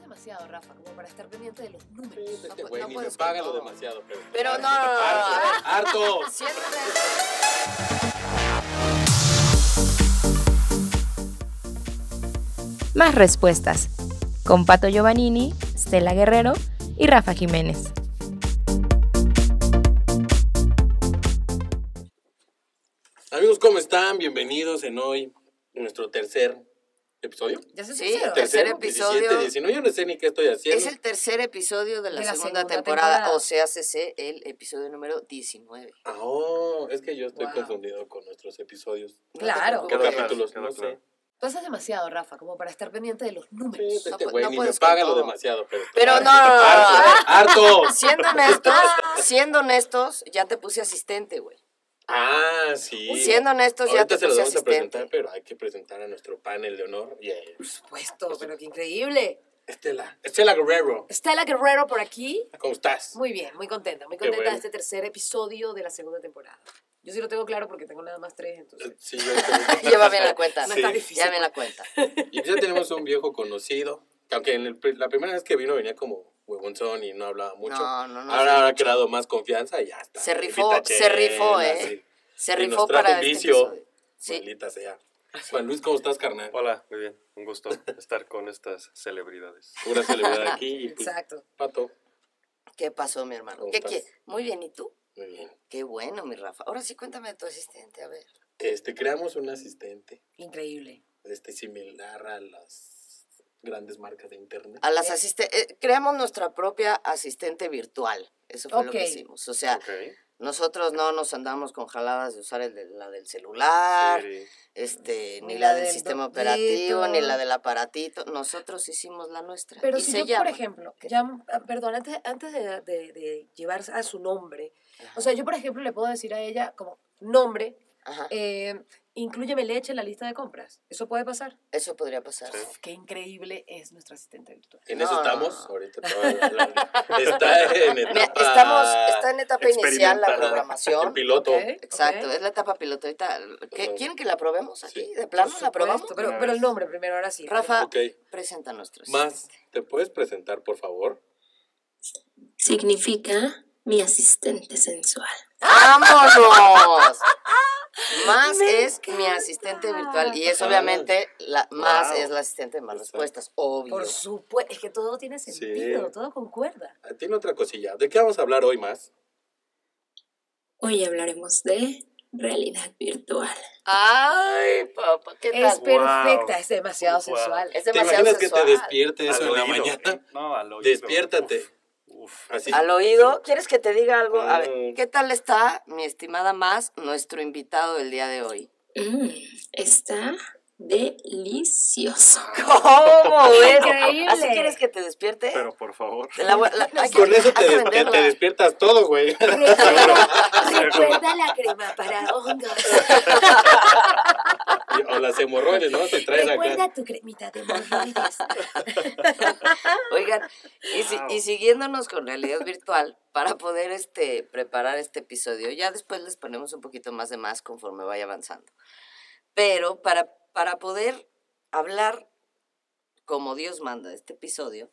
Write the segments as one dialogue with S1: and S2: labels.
S1: demasiado, Rafa, como para estar pendiente de los números.
S2: Sí,
S1: No
S2: Este
S1: pu-
S2: güey
S1: no
S2: ni
S1: puedo
S2: me
S1: ser
S2: paga lo
S1: todo.
S2: demasiado, pero.
S1: Pero no,
S2: ¡Harto! ¡Harto!
S1: siempre.
S3: Más respuestas con Pato Giovannini, Stella Guerrero y Rafa Jiménez.
S2: Amigos, ¿cómo están? Bienvenidos en hoy, nuestro tercer episodio.
S1: Ya se
S4: Sí,
S1: sucedió.
S4: tercer
S2: Tercero,
S4: episodio.
S2: 17, 19, yo no sé ni qué estoy haciendo.
S4: Es el tercer episodio de la,
S1: De la
S4: segunda,
S1: segunda
S4: temporada,
S1: temporada.
S4: o sea, CC, el episodio número 19.
S2: Ah, Oh, es que yo estoy
S1: Wow.
S2: confundido con nuestros episodios.
S1: Claro.
S2: ¿Qué
S5: Cada
S2: capítulos?
S5: claro,
S2: No
S5: claro.
S2: sé.
S1: Pasas demasiado, Rafa, como para estar pendiente de los números.
S2: Sí,
S4: No
S2: Este
S4: pu-
S2: güey
S4: no
S2: ni me
S4: puedes
S2: paga
S4: con
S2: lo
S4: todo.
S2: demasiado, pero.
S4: Pero no,
S2: ¡Harto! ¿eh? ¡Harto!
S4: Siendo honestos, siendo honestos, ya te puse asistente, güey.
S2: Ah, sí.
S4: Siendo honestos, ya
S2: Ahorita
S4: te
S2: se los
S4: puse
S2: vamos a presentar,
S4: asistente.
S2: pero hay que presentar a nuestro panel de honor. Y a
S1: Por supuesto, pues, pero qué increíble.
S2: Estela. Estela Guerrero,
S1: Stella Guerrero por aquí.
S2: ¿cómo estás?
S1: Muy bien, muy contenta, muy
S2: Qué
S1: contenta
S2: bueno.
S1: de este tercer episodio de la segunda temporada. Yo sí lo tengo claro porque tengo nada más tres, entonces.
S2: Sí, yo estoy-
S4: Lleva bien la cuenta.
S2: Sí.
S1: No está difícil.
S4: Ya bien la cuenta.
S2: Y ya tenemos un viejo conocido, que aunque en el pri- la primera vez que vino venía como huevonzón y no hablaba mucho.
S4: No, no, no.
S2: Ahora ha creado más confianza y ya está.
S4: Se rifó,
S2: Invita
S4: se rifó,
S2: chelas
S4: ¿eh?
S2: y-
S4: se
S2: y nos
S4: rifó
S2: trajo
S4: para
S2: un
S4: este
S2: vicio.
S4: episodio. Sí,
S2: Maldita sea. Juan Luis, ¿cómo estás, carnal?
S5: Hola, muy bien. Un gusto estar con estas celebridades.
S2: Pura celebridad aquí y pues,
S1: Exacto.
S2: pato.
S4: ¿qué pasó, mi hermano?
S2: ¿Cómo
S4: ¿Qué
S2: estás?
S4: quie- Muy bien, ¿y tú?
S2: Muy bien.
S4: Qué bueno, mi Rafa. Ahora sí, cuéntame de tu asistente, a ver.
S2: Este, creamos un asistente
S1: Increíble.
S2: este, similar a las grandes marcas de internet.
S4: A las asistentes, creamos nuestra propia asistente virtual. Eso fue lo
S1: Ok.
S4: que hicimos. O
S2: Ah,
S4: sea,
S5: Ok.
S4: Nosotros no nos andamos con jaladas de usar el de, la del
S2: ah,
S4: celular,
S5: Siri.
S4: este, ni
S1: Ni
S4: la
S1: la
S4: del
S1: del
S4: sistema
S1: dotito.
S4: operativo, ni la del aparatito. Nosotros hicimos la nuestra.
S1: Pero
S4: y
S1: si
S4: se
S1: yo,
S4: llama.
S1: por ejemplo, llamo- ah, perdón, antes, antes de, de, de llevar a su nombre,
S4: Ajá,
S1: o sea, yo, por ejemplo, le puedo decir a ella como nombre,
S4: ajá,
S1: eh, incluyeme leche en la lista de compras. ¿Eso puede pasar?
S4: eso podría pasar.
S5: Sí.
S1: Qué increíble es nuestra asistente virtual.
S2: En eso
S4: No.
S2: estamos. Ahorita todavía no hablamos. está en
S4: Mira,
S2: etapa.
S4: estamos, está en etapa inicial la
S5: experimental.
S2: El
S4: programación.
S2: piloto.
S1: Ok, ok.
S4: Exacto, es la etapa piloto. Ahorita, ¿qué-
S2: Ajá.
S4: ¿Quieren que la probemos aquí?
S2: Sí.
S4: ¿De
S1: Por
S4: plano la probamos?
S1: supuesto, Pero,
S5: Una
S1: pero el
S5: vez.
S1: nombre primero, ahora sí.
S4: Rafa.
S2: Ok.
S4: Presenta nuestros.
S2: Más, ¿te puedes presentar, por favor?
S6: significa mi asistente sensual.
S4: ¡Vámonos! Más
S1: Me
S4: es mi asistente virtual y es
S2: Ah.
S4: obviamente la más
S5: Wow.
S4: es la asistente de más
S2: Exacto.
S4: respuestas, obvio.
S1: Por supuesto, es que todo tiene
S2: Sí.
S1: sentido, todo concuerda.
S2: Ah, Tiene otra cosilla. ¿De qué vamos a hablar hoy más?
S6: Hoy hablaremos de realidad virtual.
S4: Ay, papá, ¿qué tal?
S1: Es perfecta,
S5: Wow.
S1: es demasiado
S5: Wow.
S1: sensual.
S4: Es
S2: ¿Te
S4: demasiado
S2: imaginas
S4: sensual.
S2: que te despierte eso
S5: Al
S2: en la
S5: oído,
S2: mañana?
S5: ¿eh? No, al oído.
S2: Despiértate. Ah,
S5: Uf, uf.
S2: Así.
S4: Al oído, ¿quieres que te diga algo? A ver,
S2: Mm.
S4: ¿qué tal está mi estimada Más, nuestro invitado del día de hoy?
S6: Mm, está delicioso.
S4: ¿Cómo ves?
S1: Ah. Increíble.
S4: ¿Así quieres que te despierte?
S5: Pero por favor.
S4: Te la voy- la- hay que-
S2: Con eso te,
S4: hay que
S2: des- te-
S4: venderla.
S2: te despiertas todo, güey.
S1: Recuerda la crema para hongos.
S2: o las hemorroides, ¿no? Te traes acá.
S1: Recuerda tu cremita de hemorroides.
S4: Oigan, y, si-
S5: Wow.
S4: y siguiéndonos con realidad virtual para poder este, preparar este episodio, ya después les ponemos un poquito más de más conforme vaya avanzando. Pero para, para poder hablar como Dios manda de este episodio,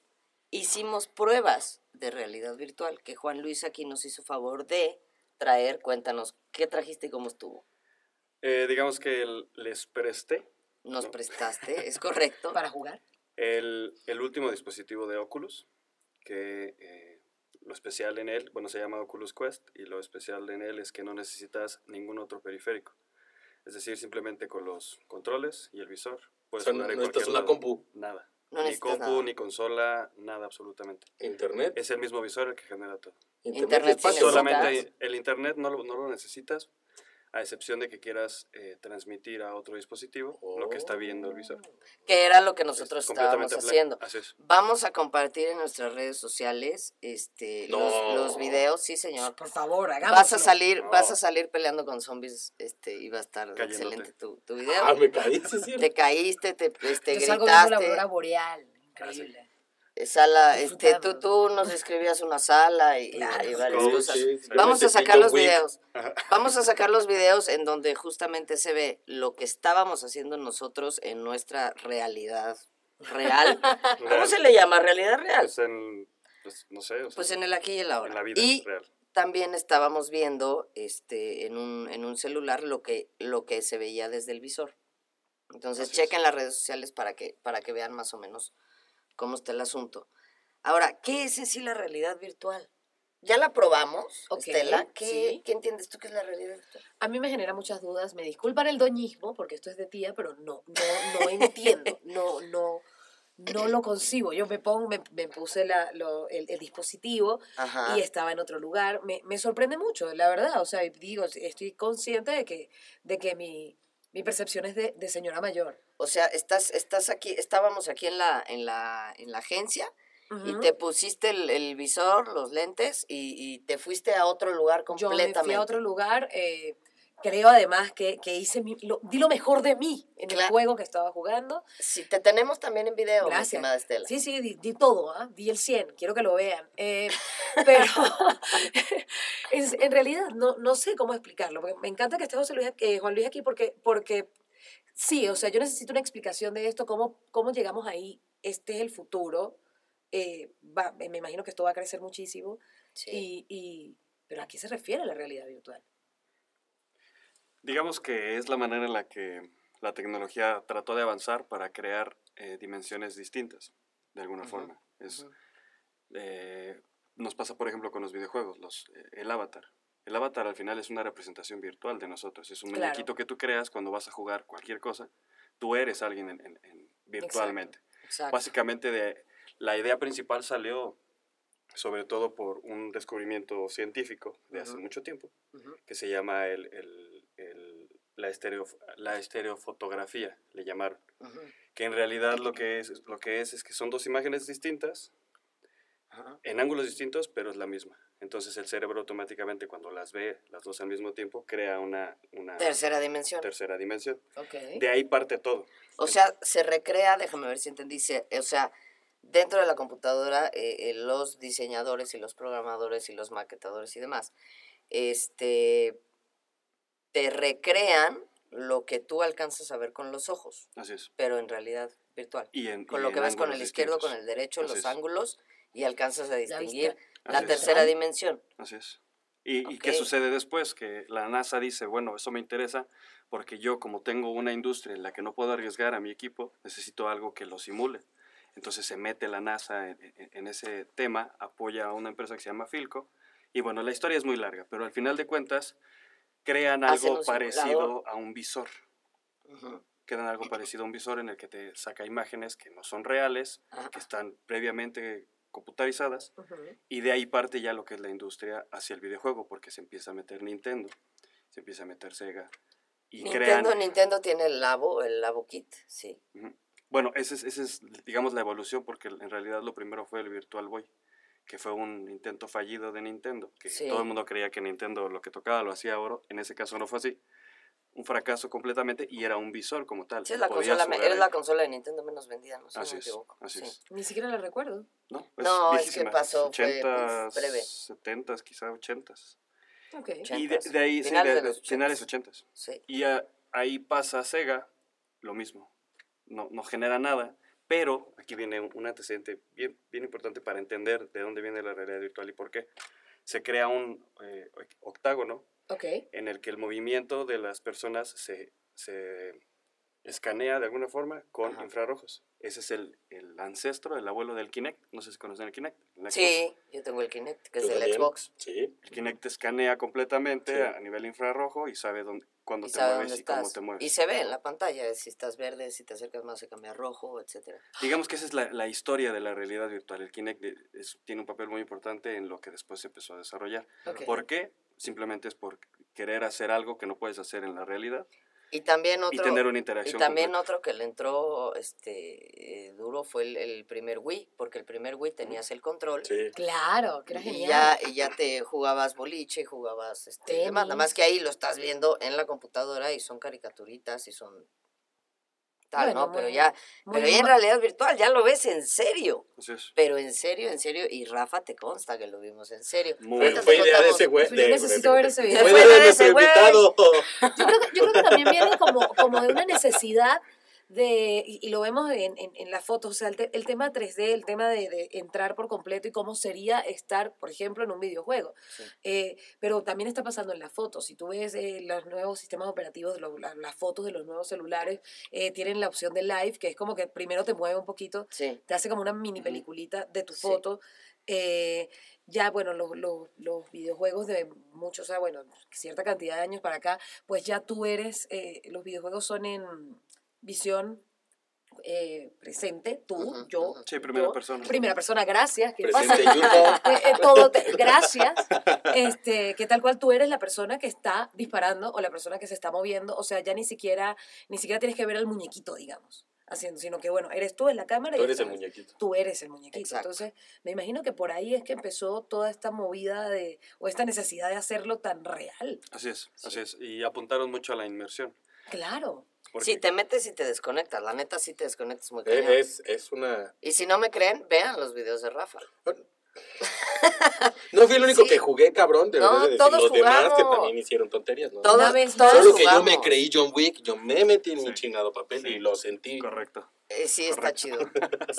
S4: hicimos pruebas de realidad virtual que Juan Luis aquí nos hizo favor de traer. Cuéntanos, ¿qué trajiste y cómo estuvo?
S5: Eh, digamos que el- les presté
S4: Nos
S5: No.
S4: prestaste, es correcto.
S1: Para jugar.
S5: el, el último dispositivo de Oculus, que eh, lo especial en él, bueno, se llama Oculus Quest, y lo especial en él es que no necesitas ningún otro periférico. Es decir, simplemente con los controles y el visor.
S2: O
S5: Puedes
S2: sea, no,
S5: jugar en
S2: no, esto es
S5: cualquier
S2: una
S5: lado.
S2: compu.
S5: Nada.
S4: No
S5: ni
S4: necesitas
S5: compu,
S4: nada.
S5: ni consola, nada absolutamente.
S2: Internet.
S5: Es el mismo visor el que genera todo.
S4: Internet
S2: espacio.
S4: sin necesitas.
S5: Solamente el internet no lo, no lo necesitas, a excepción de que quieras eh, transmitir a otro dispositivo lo que está viendo el visor.
S4: Que era lo que
S5: Es
S4: Oh. nosotros estábamos
S5: completamente plano.
S4: haciendo.
S5: Así es.
S4: Vamos a compartir en nuestras redes sociales este,
S2: No.
S4: los, los videos, sí señor.
S1: Por favor, hagámoslo.
S4: Vas a salir,
S5: No.
S4: vas a salir peleando con zombies, este, y va a estar
S5: Cayéndote.
S4: excelente tu, tu video.
S2: Ah, me caí, sí, sí.
S4: te caíste, te, este,
S1: Yo salgo viendo la
S4: gritaste,
S1: aurora boreal. Increíble.
S4: eh, sala, este, tú,
S1: disfrutando.
S4: tú nos escribías una sala y, y-
S1: Claro.
S4: y varias
S2: Sí,
S4: cosas.
S2: sí, sí.
S4: Vamos a
S2: Realmente
S4: sacar
S2: John
S4: los
S2: Wick.
S4: videos. Vamos a sacar los videos en donde justamente se ve lo que estábamos haciendo nosotros en nuestra realidad real. ¿Cómo
S5: Real.
S4: se le llama? Realidad real.
S5: Pues en, pues, no sé, o sea,
S4: Pues en el aquí y el ahora.
S5: en la vida
S4: y
S5: real.
S4: también estábamos viendo este, en, un, en un celular lo que, lo que se veía desde el visor. Entonces,
S5: Así es.
S4: chequen las redes sociales para que, para que vean más o menos cómo está el asunto. Ahora, ¿qué es en sí la realidad virtual? Ya la probamos,
S1: Ok,
S4: Estela. ¿Qué,
S1: sí.
S4: qué entiendes tú que es la realidad virtual?
S1: A mí me genera muchas dudas. Me disculpan el doñismo, porque esto es de tía, pero no, no, no entiendo. No, no, no lo concibo. Yo me pongo, me, me puse la- lo- el, el dispositivo
S4: Ajá.
S1: y estaba en otro lugar. Me, me sorprende mucho, la verdad. O sea, digo, estoy consciente de que, de que mi, mi percepción es de, de señora mayor.
S4: O sea, estás, estás aquí, estábamos aquí en la, en la, en la agencia y
S1: Ujú.
S4: te pusiste el, el visor, los lentes y, y te fuiste a otro lugar
S1: Yo
S4: completamente.
S1: me fui a otro lugar. eh, creo además que, que hice mi- lo, di lo mejor de mí en el
S4: Claro.
S1: juego que estaba jugando.
S4: Sí, te tenemos también en video, mi
S1: Gracias.
S4: estimada Estela.
S1: Sí, sí, di, di todo, ¿ah? di el 100, quiero que lo vean. Eh, pero es- en realidad no, no sé cómo explicarlo, porque me encanta que esté José Luis, aquí- eh, Juan Luis aquí porque, porque sí, o sea, yo necesito una explicación de esto, cómo, cómo llegamos ahí, este es el futuro, eh, va- me imagino que esto va a crecer muchísimo,
S4: Sí.
S1: y, y- pero ¿a qué se refiere la realidad virtual?
S5: Digamos que es la manera en la que la tecnología trató de avanzar para crear eh, dimensiones distintas, de alguna
S4: Ujú,
S5: forma. Es,
S4: ujú.
S5: eh, nos pasa, por ejemplo, con los videojuegos, los, eh, el avatar. El avatar al final es una representación virtual de nosotros. Es un
S1: Claro.
S5: muñequito que tú creas cuando vas a jugar cualquier cosa. Tú eres alguien en- en- en- virtualmente.
S4: Exacto.
S5: Básicamente de, la idea principal salió sobre todo por un descubrimiento científico de hace
S4: Ujú.
S5: mucho tiempo
S4: Ujú.
S5: que se llama el, el- el- la, estereo, la estereofotografía, le llamaron.
S4: Ujú.
S5: Que en realidad lo que es, lo que es es que son dos imágenes distintas,
S4: Ajá.
S5: en ángulos distintos, pero es la misma. Entonces el cerebro automáticamente cuando las ve las dos al mismo tiempo crea una, una
S4: Tercera dimensión.
S5: tercera dimensión.
S1: Ok.
S4: este
S5: De ahí parte todo.
S4: o sea, se recrea, déjame ver si entendí, se- o sea, dentro de la computadora eh, eh, los diseñadores y los programadores y los maquetadores y demás, este, te recrean lo que tú alcanzas a ver con los ojos,
S5: Así es.
S4: pero en realidad virtual.
S5: Y en,
S4: Con
S5: y
S4: lo
S5: en
S4: que ves con el
S5: ángulos
S4: izquierdo, con
S5: distintos.
S4: el derecho,
S5: Así
S4: los
S5: es.
S4: ángulos y alcanzas a
S1: ¿Ya viste?
S4: distinguir la
S5: Así es.
S4: tercera dimensión.
S5: Así es. ¿Y, y
S4: Ok.
S5: qué sucede después? Que la NASA dice, bueno, eso me interesa porque yo como tengo una industria en la que no puedo arriesgar a mi equipo, necesito algo que lo simule. Entonces se mete la NASA en, en- en ese tema, apoya a una empresa que se llama Filco. Y bueno, la historia es muy larga, pero al final de cuentas crean
S4: Hacen
S5: algo
S4: un
S5: parecido
S4: simulador.
S5: a un visor.
S4: Ujú.
S5: Crean algo parecido a un visor en el que te saca imágenes que no son reales,
S4: Ajá.
S5: que están previamente computarizadas
S1: Ujú.
S5: y de ahí parte ya lo que es la industria hacia el videojuego, porque se empieza a meter Nintendo, se empieza a meter Sega y crean...
S4: Nintendo, Nintendo tiene el Labo, el Labo Kit, sí.
S5: Ujú. Bueno, esa es, esa es, digamos, la evolución, porque en realidad lo primero fue el Virtual Boy, que fue un intento fallido de Nintendo, que
S4: Sí.
S5: todo el mundo creía que Nintendo lo que tocaba lo hacía oro, en ese caso no fue así. Un fracaso completamente y era un visor como tal.
S4: Sí, es
S5: y
S4: la
S5: podías
S4: consola, me-
S5: jugar
S4: es
S5: ahí.
S4: la consola de Nintendo menos vendida, no sé si
S5: Así
S4: me
S5: es,
S4: equivoco.
S5: así
S4: sí.
S5: es.
S1: Ni siquiera la recuerdo.
S5: No,
S4: No, es que
S5: viejísima,
S4: pasó, fue, pues,
S5: 80s,
S4: breve.
S5: 70s, quizá 80s.
S1: Ok.
S5: Y de,
S4: 80s,
S5: de ahí, sí,
S4: finales
S5: de-
S4: de
S5: de
S4: los 80s.
S5: finales 80s.
S4: Sí.
S5: Y a- ahí pasa Sega, lo mismo. No, no genera nada, pero aquí viene un, un antecedente bien, bien importante para entender de dónde viene la realidad virtual y por qué. Se crea un eh, octágono
S1: Ok.
S5: en el que el movimiento de las personas se, se escanea de alguna forma con
S4: Ajá.
S5: infrarrojos. Ese es el, el ancestro, el abuelo del Kinect. No sé si conocen el Kinect. el Xbox.
S4: Sí, yo tengo el Kinect, que es
S2: ¿Tú
S4: el
S2: también?
S4: Xbox.
S2: Sí.
S5: El Kinect te escanea completamente
S2: Sí.
S5: a a nivel infrarrojo y sabe dónde, cuándo
S4: Y
S5: te
S4: sabe
S5: mueves
S4: dónde
S5: y cómo
S4: estás.
S5: te mueves.
S4: Y se ve en la pantalla, si estás verde, si te acercas más se cambia a rojo, etcétera.
S5: Digamos que esa es la, la historia de la realidad virtual. El Kinect de- es- tiene un papel muy importante en lo que después se empezó a desarrollar.
S1: Ok.
S5: ¿Por qué? Simplemente es por querer hacer algo que no puedes hacer en la realidad
S4: Y también otro
S5: y tener una
S4: y
S5: interacción.
S4: también
S5: completa.
S4: otro que le entró este eh, duro fue el, el primer Wii, porque el primer Wii tenías el control.
S2: Sí.
S1: Claro, que era
S4: Y
S1: genial.
S4: ya, y ya te jugabas boliche y jugabas este, demás. Nada
S1: Tenis.
S4: más que ahí lo estás viendo en la computadora y son caricaturitas y son tal,
S1: Bueno,
S4: ¿no? Pero
S1: muy-
S4: ya,
S1: Muy
S4: pero ya en
S1: ma-
S4: realidad virtual ya lo ves en serio.
S5: Así es.
S4: Pero en serio, en serio, y Rafa te consta que lo vimos en serio.
S5: Muy
S4: Ahorita
S5: bien.
S2: Fue
S4: te
S2: idea de
S4: contamos.
S2: ese güey.
S1: Pero yo
S2: de-
S1: necesito
S2: de-
S1: ver ese video.
S2: Fue
S4: Fue
S2: idea de
S4: de ese
S2: nuestro
S4: güey.
S2: invitado.
S1: Yo creo, que, yo creo que también viene como, como de una necesidad de, y, y lo vemos en, en, en las fotos, o sea, el, te- el tema 3D, el tema de, de entrar por completo y cómo sería estar, por ejemplo, en un videojuego.
S4: Sí.
S1: Eh, pero también está pasando en las fotos. Si tú ves eh, los nuevos sistemas operativos, de los- la- las fotos de los nuevos celulares, eh, tienen la opción de live, que es como que primero te mueve un poquito
S4: Sí.
S1: te hace como una mini peliculita de tu
S4: Sí.
S1: foto. Eh, ya, bueno, los, los, los videojuegos de muchos, o sea, bueno, cierta cantidad de años para acá, pues ya tú eres, eh, los videojuegos son en visión eh, presente, tú,
S4: Ujú,
S1: yo,
S4: ujú.
S5: Sí, primera
S1: yo,
S5: persona.
S1: primera persona, gracias. ¿qué pasa?
S2: Presente YouTube.
S1: Eh, eh, todo te- gracias este que tal cual tú eres la persona que está disparando o la persona que se está moviendo o sea ya ni siquiera ni siquiera tienes que ver al muñequito digamos haciendo sino que bueno eres tú en la cámara
S2: Tú
S1: y
S2: eres el
S1: estás-
S2: muñequito.
S1: tú eres el muñequito.
S4: Exacto.
S1: Entonces, me imagino que por ahí es que empezó toda esta movida de, o esta necesidad de hacerlo tan real.
S5: Así es,
S4: Sí.
S5: así es. Y apuntaron mucho a la inmersión.
S1: Claro.
S5: porque-
S4: Sí, te metes y te desconectas. La neta sí te desconectas muy cañón.
S2: Eh, Es, es una...
S4: Y si no me creen, vean los videos de Rafa.
S2: No fui el único
S4: Sí.
S2: que jugué, cabrón. De
S4: No,
S2: verdad, de decir,
S4: todos
S2: los demás que
S4: jugamos.
S2: también hicieron tonterías, ¿no?
S4: Todos,
S1: Una vez
S4: todos
S2: Solo que yo
S4: jugamos.
S2: me creí John Wick, yo me metí en mi
S5: Sí.
S2: chingado papel
S5: Sí.
S2: y lo sentí.
S5: Correcto.
S4: Eh, sí, está chido.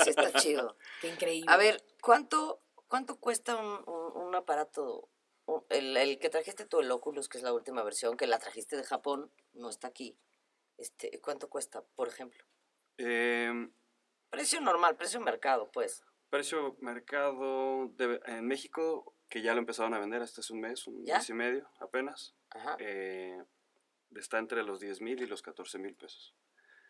S4: Sí, está chido.
S1: Qué increíble.
S4: A ver, ¿cuánto, cuánto cuesta un, un- un aparato? Un- El, el que trajiste tú, el Oculus, que es la última versión, que la trajiste de Japón, no está aquí. Este, ¿Cuánto cuesta, por ejemplo?
S5: Eh,
S4: Precio normal, precio mercado, pues.
S5: precio mercado de- en México, que ya lo empezaron a vender hasta hace un mes, un
S4: ¿Ya?
S5: mes y medio apenas,
S4: Ajá.
S5: eh, está entre los 10 mil y los 14 mil pesos.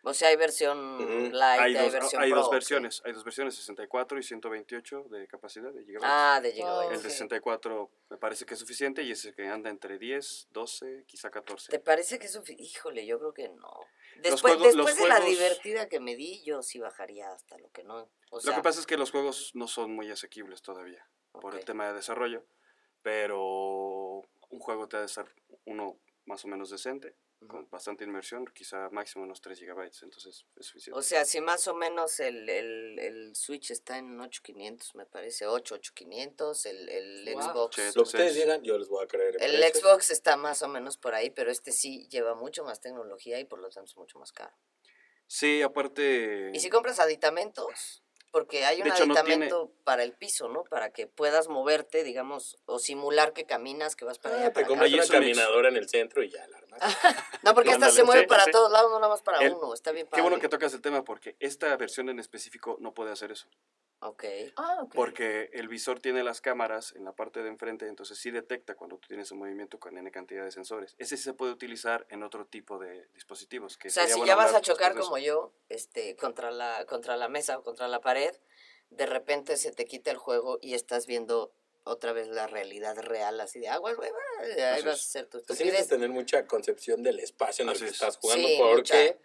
S4: O sea, hay versión
S2: Ujú.
S4: light, hay,
S5: hay dos,
S4: versión
S5: hay
S4: pro,
S5: dos
S4: ¿o qué?
S5: versiones, hay dos versiones, 64 y 128 de capacidad de gigabytes.
S4: Ah, de
S1: Ah,
S4: gigabytes.
S5: El de
S1: ok.
S5: 64 me parece que es suficiente y ese que anda entre 10, 12, quizá 14.
S4: ¿Te parece que eso? Híjole, yo creo que no.
S5: Los
S4: Después,
S5: juegos- los
S4: después de la
S5: juegos-
S4: divertida que me di, yo sí bajaría hasta lo que no. O sea,
S5: Lo que pasa es que los juegos no son muy asequibles todavía por el
S4: ok.
S5: tema de desarrollo, pero un juego te ha de ser uno más o menos decente, con bastante inmersión, quizá máximo unos 3 gigabytes, entonces es suficiente.
S4: O sea, si más o menos el, el, el Switch está en 8500, me parece, 8, 8500, el, el
S1: Guau.
S4: Xbox.
S5: Sí,
S2: Lo que ustedes
S5: Entonces-
S2: digan, yo les voy a creer. en
S4: El
S2: precios.
S4: Xbox está más o menos por ahí, pero este sí lleva mucho más tecnología y por lo tanto es mucho más caro.
S5: sí, aparte...
S4: Y si compras aditamentos, porque hay
S5: De
S4: un
S5: hecho, no tiene-
S4: aditamento para el piso, ¿no? Para que puedas moverte, digamos, o simular que caminas, que vas para
S2: Ah,
S4: allá,
S2: te
S4: para acá.
S2: compras
S5: Ahí
S2: una
S5: es un mix.
S2: caminadora en el centro y ya la armas.
S4: No, porque esta se
S5: Ándale,
S4: mueve
S5: sí,
S4: para
S5: sí.
S4: todos lados, no nada más para
S5: El-
S4: uno. Está bien
S5: Qué
S4: padre.
S5: bueno que tocas el tema porque esta versión en específico no puede hacer eso.
S4: Ok.
S1: Ah, ok.
S5: Porque el visor tiene las cámaras en la parte de enfrente, entonces sí detecta cuando tú tienes un movimiento con N cantidad de sensores. Ese sí se puede utilizar en otro tipo de dispositivos. Que
S4: O sea,
S5: sería
S4: si
S5: bueno
S4: ya vas a
S5: hablar
S4: chocar
S5: después de
S4: como yo, este, contra la, contra la mesa o contra la pared, de repente se te quita el juego y estás viendo otra vez la realidad real, así de agua, güey, güey, ahí
S5: Así
S4: vas a
S5: es.
S4: hacer tu
S2: Entonces tienes que
S4: estupidez.
S2: tener mucha concepción del espacio en el
S5: Así
S2: que
S5: es.
S2: estás jugando
S4: Sí, mucha.
S2: porque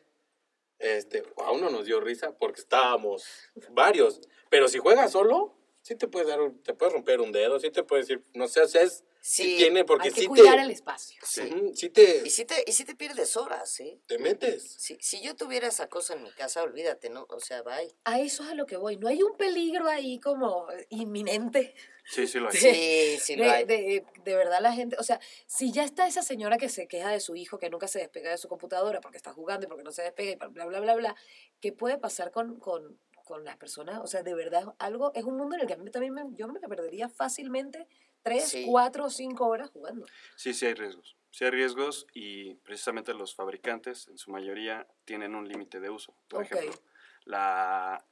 S2: este, a uno nos dio risa porque estábamos varios. Pero si juegas solo, sí te puedes dar, un- te puedes romper un dedo, sí te puedes decir, no sé, o sea, es, sí.
S4: Sí,
S2: tiene, porque
S1: Hay que
S2: sí te,
S1: cuidar el espacio.
S5: Sí.
S2: Ujú, sí te,
S4: Y si te, y si te pierdes horas, ¿sí?
S2: te metes.
S4: Si, si yo tuviera esa cosa en mi casa, olvídate, ¿no? O sea, bye.
S1: A eso es a lo que voy. No hay un peligro ahí como eh, inminente.
S5: Sí, sí lo hay.
S1: Sí.
S4: Sí, sí, lo
S1: De,
S4: hay.
S1: de, de verdad la gente, o sea, si ya está esa señora que se queja de su hijo que nunca se despega de su computadora porque está jugando y porque no se despega y bla, bla, bla, bla, ¿qué puede pasar con, con, con las personas? O sea, de verdad es algo, es un mundo en el que a mí también me, yo me perdería fácilmente tres,
S4: Sí.
S1: cuatro o cinco horas jugando.
S5: Sí, sí hay riesgos. Sí hay riesgos y precisamente los fabricantes en su mayoría tienen un límite de uso. Por
S1: Ok.
S5: ejemplo, la,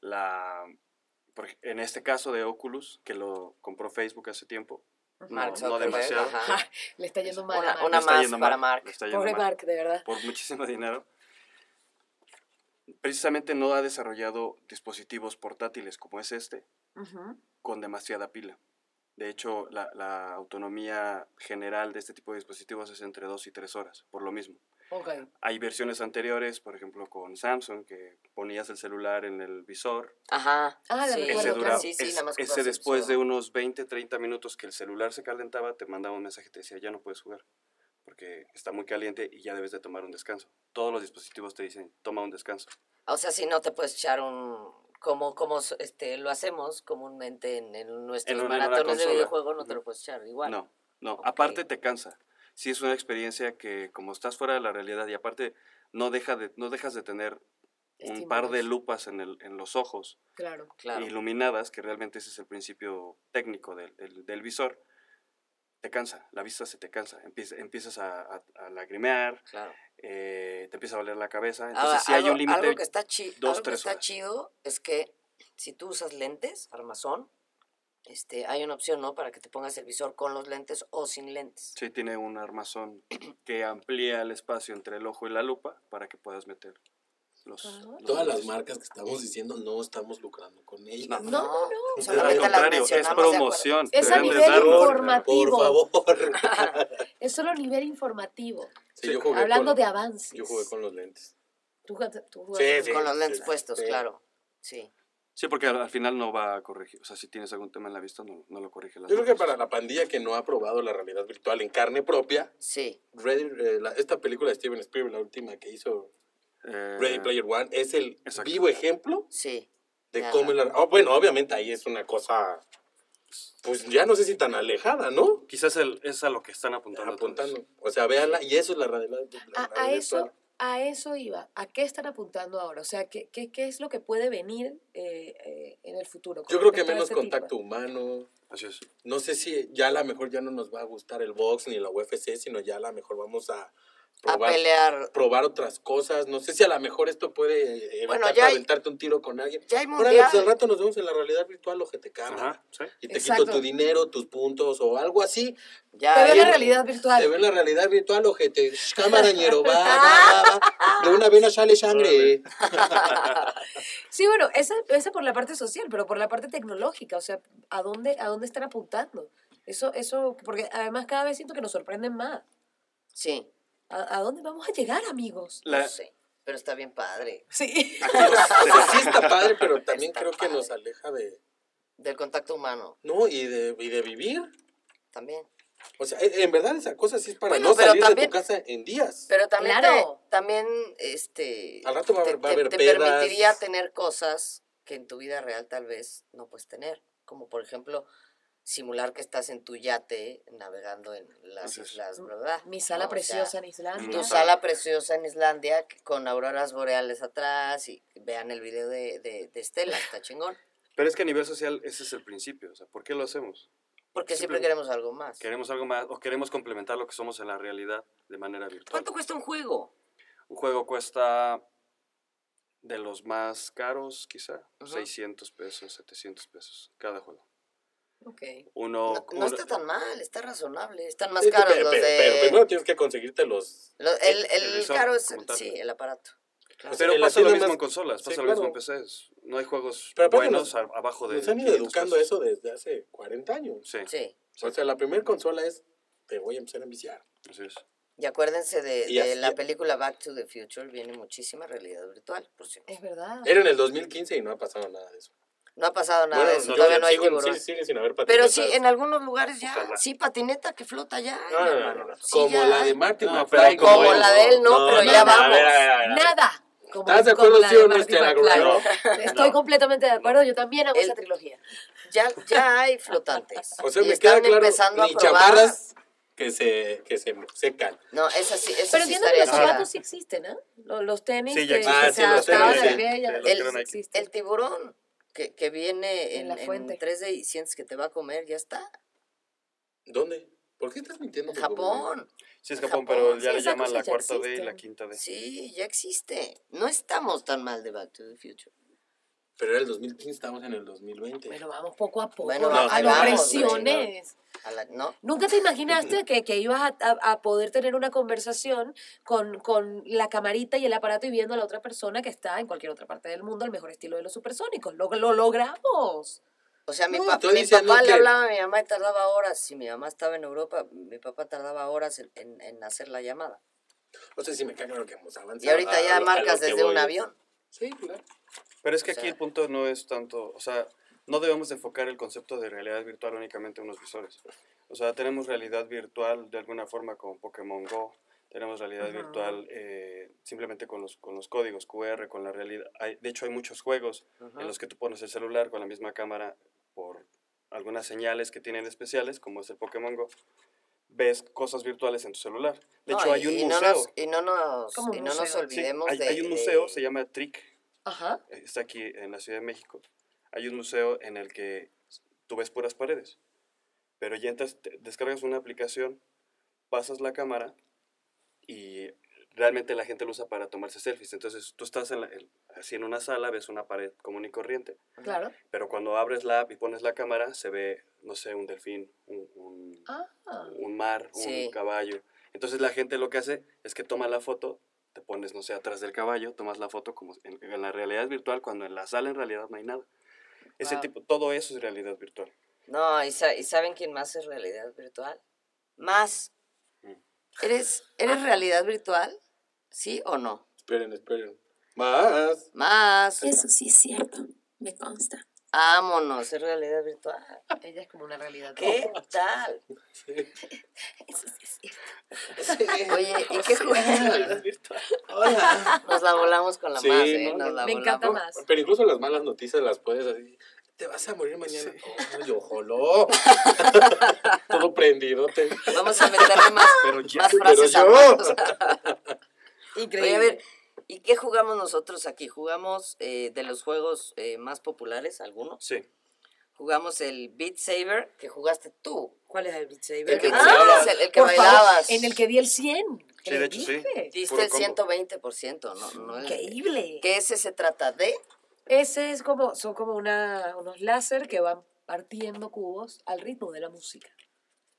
S5: la, por ej- en este caso de Oculus, que lo compró Facebook hace tiempo,
S4: Mark
S5: no
S4: Zuckerberg,
S5: demasiado.
S4: ajá.
S1: Le está yendo mal. a
S4: Una,
S1: Mark.
S4: una
S5: Le está
S4: más
S5: yendo
S4: para
S5: mal,
S4: Mark.
S5: le está yendo
S1: Pobre
S5: mal.
S1: Mark, de verdad.
S5: por muchísimo dinero. Precisamente no ha desarrollado dispositivos portátiles como es este
S1: Ujú.
S5: con demasiada pila. De hecho, la, la autonomía general de este tipo de dispositivos es entre 2 y 3 horas, por lo mismo.
S1: Ok.
S5: Hay versiones anteriores, por ejemplo, con Samsung, que ponías el celular en el visor.
S4: Ajá.
S1: Ah, la
S4: sí,
S1: recuerdo,
S5: Ese,
S1: claro.
S5: dura-
S4: sí, sí,
S5: es-
S4: nada más que
S5: ese
S4: puedas
S5: después de
S4: usar.
S5: unos 20, 30 minutos que el celular se calentaba, te mandaba un mensaje y te decía, ya no puedes jugar, porque está muy caliente y ya debes de tomar un descanso. Todos los dispositivos te dicen, toma un descanso.
S4: O sea, si no te puedes echar un como como s- este lo hacemos comúnmente en, en nuestros
S5: En una- en una
S4: maratones de
S5: consola.
S4: videojuego no te
S5: Ujú.
S4: lo puedes echar igual.
S5: No, no,
S4: Ok.
S5: aparte te cansa. Sí es una experiencia que como estás fuera de la realidad y aparte no, deja de, no dejas de tener un par de lupas en, el, en los ojos
S1: Claro.
S4: Claro.
S5: iluminadas, que realmente ese es el principio técnico del, del- del visor, te cansa, la vista se te cansa, empieza- empiezas a, a- a lagrimear,
S4: Claro.
S5: eh, te empieza a doler la cabeza, entonces
S4: Ahora,
S5: sí hay
S4: algo,
S5: un límite.
S4: algo que está, chi-
S5: dos,
S4: algo que
S5: tres
S4: está
S5: horas.
S4: chido es que si tú usas lentes, armazón, este, hay una opción, ¿no? Para que te pongas el visor con los lentes o sin lentes.
S5: Sí, tiene un armazón que amplía el espacio entre el ojo y la lupa para que puedas meter los...
S1: Ah.
S5: los
S2: Todas las
S5: lentes.
S2: marcas que
S5: eh.
S2: estamos diciendo no estamos lucrando con ellas.
S1: No,
S4: No,
S1: no, no.
S4: Solamente
S5: Al
S4: las
S5: contrario,
S4: mencionamos
S5: es
S4: de acuerdo.
S5: promoción.
S1: Es a
S5: deben de
S1: nivel
S5: darnos-
S1: informa-
S2: Por
S1: Digo.
S2: favor.
S1: Es solo nivel informativo.
S2: Sí, yo jugué
S1: Hablando
S2: con,
S1: de avances.
S2: Yo jugué con los lentes.
S1: Tú jugaste- tú
S2: Sí,
S1: jugaste-
S2: sí.
S4: Pues, con los lentes
S2: sí,
S4: puestos,
S2: sí.
S4: claro. Sí.
S5: Sí, porque al, al final no va a corregir. O sea, si tienes algún tema en la vista, no, no lo corrige. las
S2: Yo creo que
S5: lupas.
S2: para la pandilla que no ha probado la realidad virtual en carne propia,
S4: Sí.
S2: Ready- eh, la- esta película de Steven Spielberg, la última que hizo
S5: Eh,
S2: Ready Player One, es el
S5: exacto.
S2: vivo ejemplo
S4: Sí.
S2: de
S4: Ajá.
S2: cómo... La, oh, bueno, obviamente ahí es una cosa, pues ya no sé si tan alejada, ¿no?
S5: Quizás el- es a lo que están apuntando. todos.
S2: Apuntando. O sea, véanla y eso es la realidad. la
S1: A, a
S2: realidad
S1: eso,
S2: virtual.
S1: a eso iba. ¿A qué están apuntando ahora? O sea, ¿qué, qué, qué es lo que puede venir eh, eh, en el futuro? con
S2: Yo creo que
S1: respecto a
S2: menos
S1: este tipo?
S2: contacto humano.
S5: Así es.
S2: No sé si ya a lo mejor ya no nos va a gustar el box ni la UFC, sino ya a lo mejor vamos a
S4: A
S2: probar
S4: pelear.
S2: probar otras cosas. No sé si a lo mejor esto puede eh, evitar
S4: Bueno, ya hay-
S2: aventarte un tiro con alguien.
S4: Ya hay
S2: Órale, pues al
S4: mundial.
S2: rato nos vemos en la realidad virtual, o te cámara.
S5: Ajá, sí.
S2: Y te
S1: Exacto.
S2: quito tu dinero, tus puntos o algo así.
S4: Ya
S1: Te ve
S4: hay-
S1: la realidad
S2: Te
S1: virtual.
S2: ven la realidad virtual, ojete. Shh, Cámara, ñero, va, va, va, va. De una vena sale sangre.
S1: Sí, bueno, esa, esa por la parte social, pero por la parte tecnológica, o sea, ¿a dónde, a dónde están apuntando? Eso, eso, porque además cada vez siento que nos sorprenden más.
S4: Sí.
S1: ¿A, a dónde vamos a llegar, amigos?
S5: La-
S4: No sé. Pero está bien padre.
S1: Sí.
S2: O sea, sí está padre, pero también
S4: Está
S2: creo que
S4: padre.
S2: nos aleja de...
S4: Del contacto humano
S2: No, y de, y de vivir.
S4: también.
S2: O sea, e- en verdad esa cosa sí es para
S4: Bueno,
S2: no
S4: pero
S2: salir de
S4: también-
S2: tu casa en días.
S4: Pero también,
S1: Claro.
S4: te- también este,
S2: Al rato va a haber-
S4: te-
S2: va a
S4: te-
S2: haber
S4: te
S2: pedas.
S4: permitiría tener cosas que en tu vida real tal vez no puedes tener. Como por ejemplo, simular que estás en tu yate navegando en las
S5: Así es.
S4: islas, ¿verdad?
S1: Mi sala
S4: ¿No? O sea,
S1: preciosa en Islandia.
S4: tu
S5: Ajá.
S4: sala preciosa en Islandia que- con auroras boreales atrás y vean el video de, de, de Estela, está chingón.
S5: Pero es que a nivel social ese es el principio. O sea, ¿por qué lo hacemos?
S4: Porque siempre,
S5: Siempre-
S4: queremos algo más.
S5: Queremos algo más o queremos complementar lo que somos en la realidad de manera virtual.
S4: ¿Cuánto cuesta un juego?
S5: Un juego cuesta de los más caros, quizá,
S4: Ajá.
S5: 600 pesos, 700 pesos cada juego.
S1: Ok.
S4: No,
S5: Uno,
S4: no
S5: uno-
S4: está tan mal, está razonable. Están más
S2: Sí,
S4: caros
S2: pero,
S4: los
S2: pero-
S4: de...
S2: pero primero tienes que conseguirte los...
S4: Lo- el, el,
S5: el visor
S4: caro es
S5: como tal.
S4: sí, el aparato. Claro.
S2: O sea,
S5: Pero
S2: en la
S5: pasa lo
S2: tienda
S5: mismo
S2: más-
S5: en consolas,
S2: Sí,
S5: pasa lo
S2: claro.
S5: mismo en PCs. No hay juegos
S2: Pero aparte
S5: buenos
S2: nos-
S5: a- abajo de
S2: Nos han ido
S5: 500
S2: educando
S5: pesos.
S2: eso desde hace 40 años.
S5: Sí,
S4: sí.
S2: O sea, la primera consola es, te voy a empezar a enviciar.
S5: así es.
S4: Y acuérdense de,
S2: Y
S4: de
S2: así-
S4: la película Back to the Future, viene muchísima realidad virtual. Por si no.
S1: Es verdad.
S2: Era en el 2015 y no ha pasado nada de eso.
S4: No ha pasado nada de
S2: bueno,
S4: eso,
S2: no,
S4: todavía no hay
S2: sigo-
S4: tiburón.
S2: sí, sigue sin haber
S4: Pero
S2: patinetas.
S4: sí, en algunos lugares ya,
S5: Ojalá.
S4: sí, patineta que flota ya.
S2: No, no, no, no,
S4: hermano.
S2: no.
S4: Sí,
S2: como
S4: ya
S2: la
S4: hay.
S2: de Martin
S5: No,
S2: McFly.
S5: pero como
S4: la de él, no, pero ya
S2: a ver,
S4: vamos.
S2: a ver, a ver, a ver.
S1: Nada. Como,
S2: ¿Estás de
S1: como
S2: acuerdo,
S1: la
S2: sí o no,
S1: Marty
S2: Estela
S1: McFly.
S2: Guerrero?
S1: Estoy
S5: No.
S1: completamente de acuerdo. Yo también hago
S4: El-
S1: esa trilogía.
S4: Ya, ya hay flotantes.
S2: O sea,
S4: Y
S2: me queda
S4: están
S2: claro,
S4: empezando a
S2: ni
S4: probar.
S2: chamarras que se, que se secan.
S4: No, esa sí, esa
S1: Pero
S4: sí
S1: entiendo que
S4: estaría
S1: los
S4: chida.
S1: zapatos sí existen, ¿eh? Los, los tenis
S5: Sí, ya
S1: que,
S5: existen.
S1: que
S2: Ah, sí,
S1: se
S2: los
S1: adaptaban
S2: tenis,
S1: a
S2: sí.
S1: aquella,
S5: Sí, los
S1: los
S4: que
S1: tenis
S5: eran aquí.
S1: existen.
S4: El tiburón que, que viene
S1: En
S4: en,
S1: la
S4: en,
S1: fuente.
S4: 3D y sientes que te va a comer, ya está.
S2: ¿Dónde? ¿Por qué estás mintiendo?
S4: En
S2: por gobierno?
S4: Japón.
S5: Sí, es
S4: En
S5: Japón,
S4: Japón,
S5: pero
S1: sí,
S5: ya le
S1: esas
S5: llaman la
S1: cosas ya
S5: cuarta D y la
S1: existen.
S5: quinta D.
S4: Sí, ya existe. No estamos tan mal de Back to the Future.
S2: Pero era el 2015, estamos en el 2020.
S1: Bueno, vamos poco a poco.
S4: Bueno, pues,
S1: no,
S2: ahí
S1: no
S2: vamos,
S1: presiones.
S4: A la- ¿No?
S1: Nunca te imaginaste que, que ibas a, a- a poder tener una conversación con, con la camarita y el aparato y viendo a la otra persona que está en cualquier otra parte del mundo al mejor estilo de los supersónicos. Lo, lo logramos.
S4: O sea, mi,
S2: No,
S4: pa-
S2: estoy
S4: mi
S2: diciendo
S4: papá le
S2: que-
S4: hablaba a mi mamá y tardaba horas. Si mi mamá estaba en Europa, mi papá tardaba horas en, en- en hacer la llamada.
S2: No sé si me cago lo que hemos avanzado.
S4: Y ahorita
S2: A
S4: ya
S2: lo- a
S4: marcas
S2: lo que
S4: desde
S2: voy
S4: un
S2: es-
S4: avión.
S2: Sí, claro.
S5: Pero es que
S4: O
S5: aquí
S4: sea-
S5: el punto no es tanto, o sea, no debemos de enfocar el concepto de realidad virtual únicamente en los visores. O sea, tenemos realidad virtual de alguna forma con Pokémon Go, tenemos realidad
S1: Ajá.
S5: virtual eh, simplemente con los, con los códigos QR, con la realidad. Hay, de hecho, hay muchos juegos
S4: Ajá.
S5: en los que tú pones el celular con la misma cámara por algunas señales que tienen especiales, como es el Pokémon Go, ves cosas virtuales en tu celular. De
S4: No,
S5: hecho, hay
S4: y-
S5: un
S4: y
S5: museo.
S4: No nos, y no nos,
S1: ¿Cómo un
S4: y no nos
S1: museo?
S5: Sí,
S4: olvidemos
S5: hay,
S4: de...
S5: hay un
S4: de-
S5: museo, se llama Trick,
S1: Ajá.
S5: eh, está aquí en la Ciudad de México. Hay un museo en el que tú ves puras paredes, pero ya entras, te- descargas una aplicación, pasas la cámara y realmente la gente lo usa para tomarse selfies. Entonces tú estás en la- en- así en una sala, ves una pared común y corriente,
S1: Claro.
S5: pero cuando abres la app y pones la cámara se ve, no sé, un delfín, un, un-
S1: Ah.
S5: un mar,
S4: Sí.
S5: un caballo. Entonces la gente lo que hace es que toma la foto, te pones, no sé, atrás del caballo, tomas la foto como en, en la realidad virtual, cuando en la sala en realidad no hay nada. Ese
S4: Wow.
S5: tipo, todo eso es realidad virtual.
S4: No, y, sa- y ¿saben quién más es realidad virtual? Más.
S5: Mm.
S4: ¿Eres,
S1: Ah.
S4: ¿Eres realidad virtual? ¿Sí o no?
S2: Esperen, esperen. Más.
S4: Más.
S6: Eso sí es cierto, me consta.
S4: Vámonos, es realidad virtual.
S1: Ella es como una realidad.
S4: ¿Qué tal?
S6: Eso sí es cierto.
S4: Oye, ¿y qué juego? Nos la volamos con la
S2: Sí,
S4: más, ¿eh?
S2: no,
S4: Nos
S2: no,
S4: la
S1: me encanta
S4: volamos.
S1: más.
S2: Pero incluso las malas noticias las puedes así. Te vas a morir mañana. Ay, ojalá. Todo prendido.
S4: Vamos a meterle más,
S5: Pero ya,
S4: más
S2: pero
S4: frases a
S2: yo.
S4: más. Oye,
S1: Increíble.
S4: a ver, ¿y qué jugamos nosotros aquí? ¿Jugamos eh, de los juegos eh, más populares, algunos?
S5: Sí,
S4: Jugamos el Beat Saber, que jugaste tú. ¿Cuál es el Beat Saber?
S2: El que
S4: Ah,
S2: bailabas.
S4: el, el que
S1: Por favor,
S4: bailabas.
S1: en el que di el 100. que
S5: Sí, de
S1: les
S5: hecho, sí.
S1: dije.
S4: Diste
S5: puro
S4: el
S5: combo.
S4: 120%, ¿no? no el-
S1: Increíble.
S4: que ese se trata de...
S1: Ese es como, son como una, unos láser que van partiendo cubos al ritmo de la música.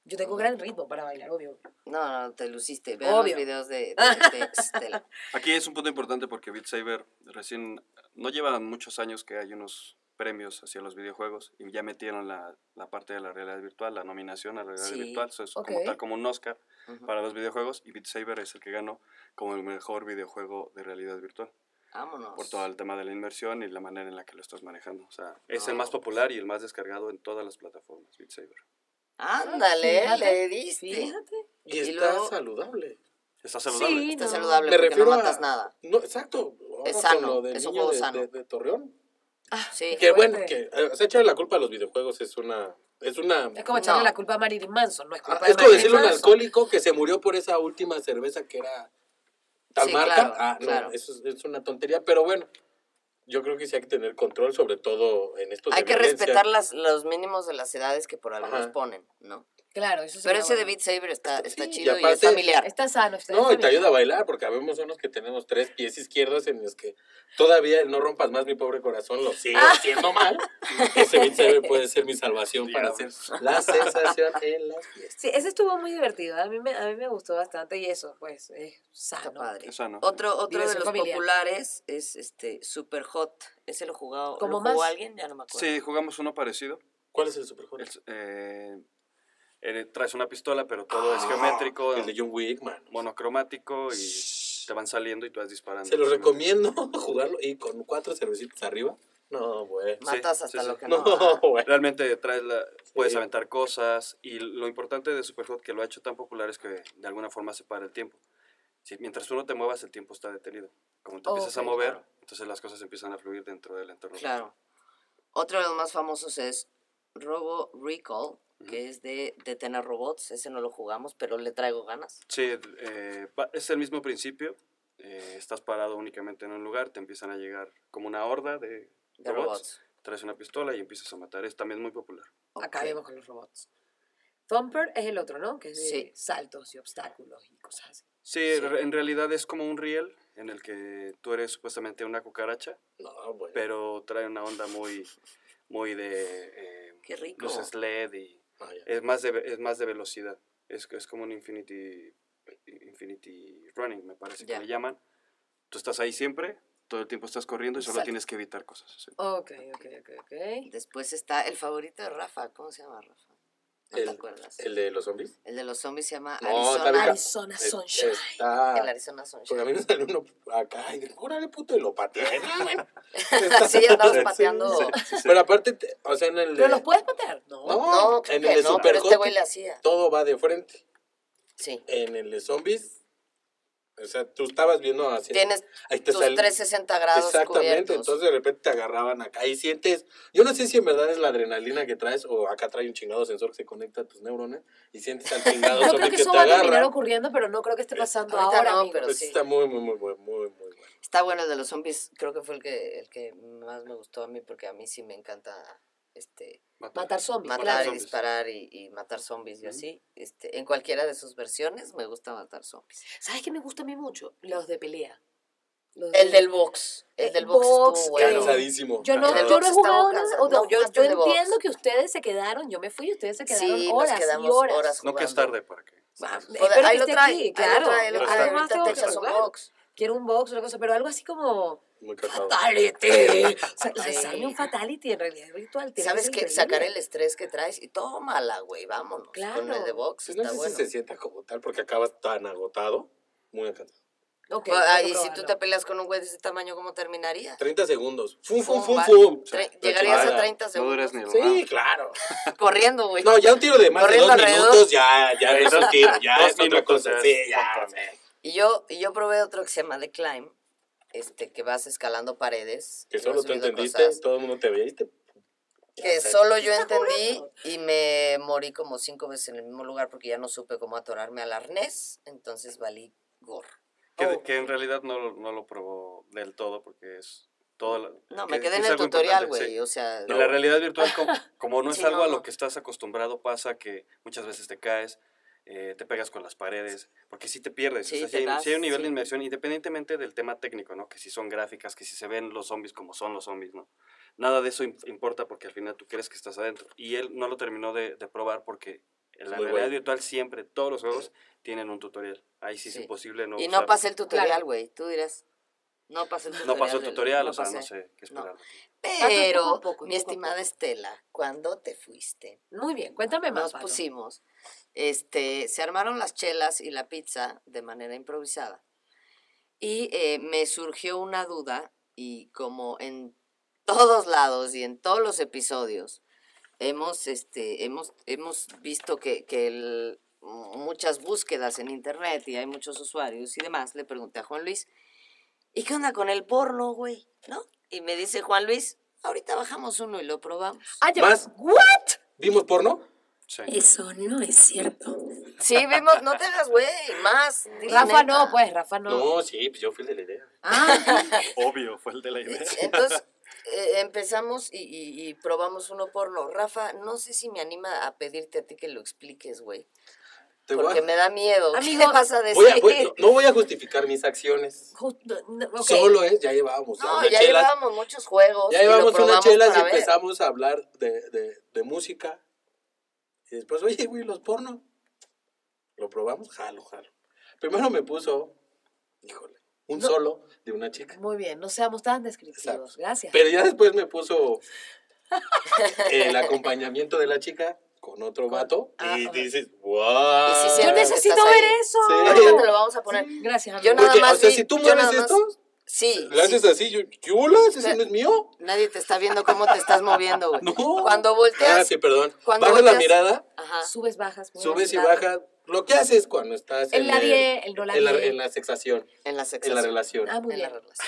S1: Yo tengo gran ritmo para bailar, obvio.
S4: No, no, te luciste. Vean
S1: Obvio.
S4: los videos de, de- de Estela.
S5: aquí es un punto importante porque Beat Saber recién, no lleva muchos años que hay unos premios hacia los videojuegos y ya metieron la, la parte de la realidad virtual, la nominación a la realidad
S4: Sí,
S5: virtual, eso es
S1: ok.
S5: como tal como un Oscar
S4: Ujú.
S5: para los videojuegos y Beat Saber es el que ganó como el mejor videojuego de realidad virtual.
S4: Vámonos.
S5: por todo el tema de la inversión y la manera en la que lo estás manejando. O sea, es el
S2: Ah,
S4: No,
S5: más
S4: pues.
S5: popular y el más descargado en todas las plataformas, Beat Saber.
S4: Ándale,
S1: Fíjate,
S4: le diste.
S1: Fíjate.
S2: Y,
S4: Y
S2: está
S4: luego-
S2: saludable.
S5: Está saludable.
S1: Sí.
S4: Está
S1: No.
S4: saludable
S2: Me
S4: porque
S2: refiero
S4: no
S2: a-
S4: matas nada.
S2: No, exacto. Ahora
S4: Es
S2: con
S4: sano,
S2: lo del
S4: es un
S2: niño
S4: juego
S2: de,
S4: sano.
S2: de- de Torreón.
S4: Sí.
S2: Que bueno,
S1: fuerte.
S2: que eh, o sea, echarle la culpa a los videojuegos es una. Es una.
S1: Es como echarle
S4: No.
S1: la culpa a Marilyn Manson, no es
S2: Ah,
S1: culpa
S2: es
S1: de
S2: como
S1: Marilyn
S2: decirle a un
S1: Manson.
S2: alcohólico que se murió por esa última cerveza que era tal
S4: Sí,
S2: marca.
S4: claro,
S2: ah, no,
S4: claro.
S2: eso es, es una tontería, pero bueno, yo creo que sí hay que tener control, sobre todo en estos
S4: Hay
S2: de
S4: que
S2: violencia.
S4: respetar las, los mínimos de las edades que por algunos
S2: Ajá.
S4: ponen, ¿no?
S1: Claro, eso sería
S4: Pero ese de
S1: bueno.
S4: Beat Saber está, está
S2: Sí, y
S4: chido y, es
S2: aparte-
S4: familiar.
S1: Está sano, está
S2: No, y te
S1: está bien.
S2: ayuda a bailar, porque habemos unos que tenemos tres pies izquierdos en los que todavía el no rompas más mi pobre corazón, lo sigue haciendo mal. Ese Beat Saber puede ser mi salvación para hacer la sensación en las fiestas.
S1: Sí, ese estuvo muy divertido. A mí me, a mí me gustó bastante y eso, pues, es sano.
S4: Está padre.
S5: Es sano.
S4: Otro, otro de
S1: Diversión
S4: los
S1: familiar.
S4: populares es este Super Hot. Ese lo jugó,
S1: ¿Cómo
S4: lo jugó
S1: más?
S4: alguien, ya no me acuerdo.
S5: Sí, jugamos uno parecido.
S2: ¿Cuál es el superjuego?
S5: El s- eh, eh, traes una pistola, pero todo es geométrico,
S2: Ah, El de John Wick, man.
S5: monocromático y te van saliendo y tú vas disparando.
S2: Se lo recomiendo jugarlo y con cuatro cervecitas arriba. No, güey.
S4: Matas
S5: sí,
S4: hasta
S5: sí.
S4: lo que
S2: No,
S4: no. ah.
S2: güey.
S5: Realmente traes la- puedes
S2: Sí.
S5: aventar cosas y lo importante de Superhot que lo ha hecho tan popular es que de alguna forma separa el tiempo. Si, mientras tú no te muevas, el tiempo está detenido. Como te
S1: Oh,
S5: empiezas a
S1: ok,
S5: mover,
S1: claro.
S5: entonces las cosas empiezan a fluir dentro del entorno.
S4: Claro. Otro de los más famosos es Robo Recall, que es de detener robots. Ese no lo jugamos, pero le traigo ganas.
S5: Sí, eh, va- es el mismo principio. eh, estás parado únicamente en un lugar, te empiezan a llegar como una horda de,
S4: De
S5: robots,
S4: robots.
S5: Traes una pistola y empiezas a matar. Es también muy popular.
S1: Acabemos con los robots. Thumper es el otro, ¿no? Que es de
S4: Sí.
S1: saltos y obstáculos y cosas así.
S5: Sí, re- en realidad es como un riel en el que tú eres supuestamente una cucaracha,
S2: No, güey.
S5: pero trae una onda muy, muy de eh,
S4: Qué rico.
S5: luces LED y
S2: Ah, ya.
S5: es más de, ve- es más de velocidad. Es, es como un Infinity, Infinity Running, me parece
S4: Ya.
S5: que le llaman. Tú estás ahí siempre, todo el tiempo estás corriendo y solo
S1: Exacto.
S5: tienes que evitar cosas. sí.
S1: Ok, ok, ok, ok.
S4: Después está el favorito de Rafa. ¿Cómo se llama Rafa? ¿No
S2: El-
S4: te acuerdas? El,
S2: ¿El de los zombies?
S4: de los zombies se llama
S2: No, está bien
S4: Arizona.
S2: ca-
S1: Arizona
S2: Es-
S4: eh,
S1: Sunshine.
S4: El
S2: Está.
S4: Arizona
S2: Porque a
S4: Sunshine.
S2: mí me sale uno acá y digo, órale, puto, y lo patea.
S4: Ah, Sí, andabas
S2: Sí,
S4: pateando.
S2: sí. Pero aparte, te- o sea, en el.
S1: ¿Pero
S2: de-
S1: los puedes patear? No.
S2: No.
S4: eh, No, creo
S2: en
S4: que
S2: el
S4: no,
S2: Super
S4: pero este
S2: Hot.
S4: güey le hacía.
S2: Todo va de frente.
S4: Sí.
S2: En el de zombies. O sea, tú estabas viendo así.
S4: Tienes
S2: ahí te
S4: tus
S2: sal-
S4: 360 grados
S2: Exactamente,
S4: cubiertos.
S2: entonces de repente te agarraban acá y sientes, yo no sé si en verdad es la adrenalina que traes o acá trae un chingado sensor que se conecta a tus neuronas y sientes al chingado
S1: Yo
S2: zombie
S1: creo
S2: que,
S1: que eso
S2: te
S1: va a terminar
S2: agarra.
S1: ocurriendo, pero no creo que esté pasando
S4: Ahorita
S1: ahora,
S4: no,
S1: amigo.
S4: pero-
S2: Pues
S4: sí.
S2: Está muy, muy, muy, muy, muy, muy bueno.
S4: Está bueno el de los zombies, creo que fue el que, el que más me gustó a mí porque a mí sí me encanta este
S1: Matar zombies,
S4: matar
S1: claro.
S4: y
S5: zombies.
S4: disparar y, y matar zombies y
S5: Ujú.
S4: así. Este, en cualquiera de sus versiones me gusta matar zombies.
S1: ¿Sabes qué me gusta a mí mucho? Los de pelea. Los
S4: El
S1: de-
S4: del box, el del box,
S1: Box,
S4: estuvo
S1: eh,
S4: bueno.
S2: Cansadísimo.
S1: Yo no,
S4: Claro.
S1: yo no he
S4: Estamos
S1: jugado nada.
S4: cansados.
S1: o no,
S4: No, yo
S1: yo
S4: estoy de box.
S1: entiendo que ustedes se quedaron, yo me fui, ustedes se quedaron
S4: Sí, nos
S1: horas
S4: quedamos
S1: y horas.
S4: horas.
S5: No que es
S4: jugando.
S5: tarde para que.
S1: Ah,
S4: Joder,
S1: espero
S4: ahí
S1: que
S4: lo
S1: esté
S4: trae,
S1: aquí,
S4: ahí
S1: claro.
S4: lo trae, lo
S5: Pero
S4: trae,
S5: está-
S1: Además,
S4: ahorita
S1: tengo que
S4: Texas
S1: jugar.
S4: Box.
S1: Quiero un box, una cosa, pero algo así como...
S2: Muy cansado.
S1: ¡Fatality! O sea,
S4: Sí.
S1: lanzarme un fatality en realidad es virtual. tiene
S4: ¿Sabes
S1: ser
S4: qué?
S1: increíble.
S4: Sacar el estrés que traes y tómala, güey, vámonos. Con el
S1: Claro.
S4: de box
S2: Pues no
S4: está
S2: sé
S4: bueno.
S2: si se sienta como tal porque acabas tan agotado. Muy cansado.
S1: Ok,
S4: Ah,
S1: voy a
S4: y si tú
S1: probarlo.
S4: te peleas con un güey de ese tamaño, ¿cómo terminaría?
S2: 30 segundos. Fum, fum,
S4: Fum,
S2: fum,
S4: va.
S2: fum.
S4: Tre-
S2: La
S4: llegarías a
S2: chingada.
S4: 30
S5: No duras
S4: segundos.
S5: ni el
S2: Sí,
S5: round.
S2: claro.
S4: Corriendo, güey.
S2: No, ya un tiro de más de
S4: Corriendo
S2: dos
S4: alrededor.
S2: minutos ya, ya es un tiro, ya
S5: Dos
S2: es otra
S5: minutos
S2: cosa.
S5: es
S2: Sí, ya.
S5: fantástico.
S2: sí.
S4: Y yo, y yo probé otro que se llama The Climb, este, que vas escalando paredes.
S2: Que
S4: y vas
S2: solo tú
S4: subiendo
S2: entendiste,
S4: cosas,
S2: todo el mundo te veiste.
S4: que solo yo entendí y me morí como cinco veces en el mismo lugar porque ya no supe cómo atorarme al arnés, entonces valí gorro.
S5: Que,
S1: Oh.
S5: que en realidad no, lo- no lo probó del todo porque es todo. la-
S4: No, me
S5: que- que
S4: quedé en
S5: es
S4: el
S5: algo
S4: tutorial,
S5: importante,
S4: güey,
S5: sí.
S4: o sea...
S5: En la realidad virtual, como, como no es
S4: Sí,
S5: algo
S4: no,
S5: a lo
S4: no.
S5: que estás acostumbrado, pasa que muchas veces te caes, eh, te pegas con las paredes, porque sí te pierdes.
S4: Sí,
S5: o sea,
S4: te
S5: sí hay-
S4: das,
S5: sí hay un nivel
S4: sí.
S5: de inmersión, independientemente del tema técnico, ¿no? Que si son gráficas, que si se ven los zombies como son los zombies, ¿no? Nada de eso im- importa porque al final tú crees que estás adentro. Y él no lo terminó de, de probar porque en la
S2: Muy
S5: realidad
S2: bueno.
S5: virtual siempre, todos los juegos tienen un tutorial. Ahí sí,
S4: Sí.
S5: es imposible no
S4: Y no
S5: usarlo.
S4: pasé el tutorial,
S1: Claro.
S4: güey, tú dirás. No pasé el
S5: No
S4: tutorial.
S5: pasó el
S4: del-
S5: tutorial,
S4: no Ah,
S5: o sea,
S4: pasé.
S5: no sé qué
S4: No.
S5: esperar.
S4: Pero,
S1: poco a poco,
S4: mi
S1: poco a
S4: estimada
S1: poco.
S4: Estela, cuando te fuiste,
S1: Muy bien, cuéntame más.
S4: nos
S1: Pato.
S4: pusimos, este, se armaron las chelas y la pizza de manera improvisada. Y eh, me surgió una duda y como en todos lados y en todos los episodios hemos, este, hemos, hemos visto que, que el- muchas búsquedas en internet y hay muchos usuarios y demás, le pregunté a Juan Luis, ¿y qué onda con el porno, güey? ¿No? Y me dice Juan Luis, ahorita bajamos uno y lo probamos.
S1: Ah, ya.
S2: Más.
S1: ¿What?
S2: ¿Vimos porno?
S5: Sí.
S6: Eso no es cierto.
S4: Sí, vimos, no te das, güey, más. di la
S1: Rafa
S4: neta.
S1: no, pues, Rafa no.
S2: No, sí, pues yo fui el de la idea.
S1: Ah,
S5: Obvio, fue el de la idea.
S4: Entonces eh, empezamos y, y- y probamos uno porno. Rafa, no sé si me anima a pedirte a ti que lo expliques, güey.
S2: Te voy
S4: Porque
S2: a-
S4: me da miedo. ¿Qué
S1: Amigo,
S4: le vas a decir?
S2: voy a- voy- no, no voy a justificar mis acciones.
S1: just- no, no, ok.
S2: Solo es, ya llevábamos ya
S4: No,
S2: unas
S4: ya
S2: chelas.
S4: llevábamos muchos juegos.
S2: ya
S4: y lo
S2: llevábamos unas
S4: probamos
S2: chelas y
S4: para ver.
S2: empezamos a hablar de, de, de música. Y después, oye, güey, los porno. Lo probamos, jalo, jalo. Primero me puso, híjole, un
S1: No.
S2: solo de una chica.
S1: Muy bien, no seamos tan descriptivos.
S2: Exacto.
S1: Gracias.
S2: Pero ya después me puso el acompañamiento de la chica con otro vato.
S1: ah,
S2: y
S1: ah.
S2: dices, wow.
S4: Y si
S1: Yo
S4: Pero
S1: necesito
S4: estás
S1: ver
S4: ahí.
S1: eso.
S2: Sí.
S4: Ahorita te lo vamos a poner.
S1: Gracias, amigo.
S4: Yo nada
S2: Porque,
S4: más
S2: o sea,
S4: vi-
S2: si tú
S4: yo
S2: mueves
S4: nada más-
S2: esto,
S4: Sí.
S2: lo
S4: sí.
S2: haces así, yo, ¿qué olas? ¿Ese no es mío?
S4: Nadie te está viendo cómo te estás moviendo, güey.
S2: No.
S4: Cuando
S2: Ah,
S4: volteas.
S2: sí, perdón.
S4: Cuando
S2: Bajas la
S4: volteas-
S2: mirada,
S4: Ajá.
S1: Subes, bajas. mueves,
S2: subes y
S1: bajas.
S2: bajas. Lo que haces cuando estás
S1: El
S2: el-
S1: nadie, el no
S2: en la, en
S1: nadie.
S2: la sexación,
S4: En la
S2: en
S4: sección.
S2: la relación.
S1: Ah, muy
S4: En la
S1: bien.
S4: relación.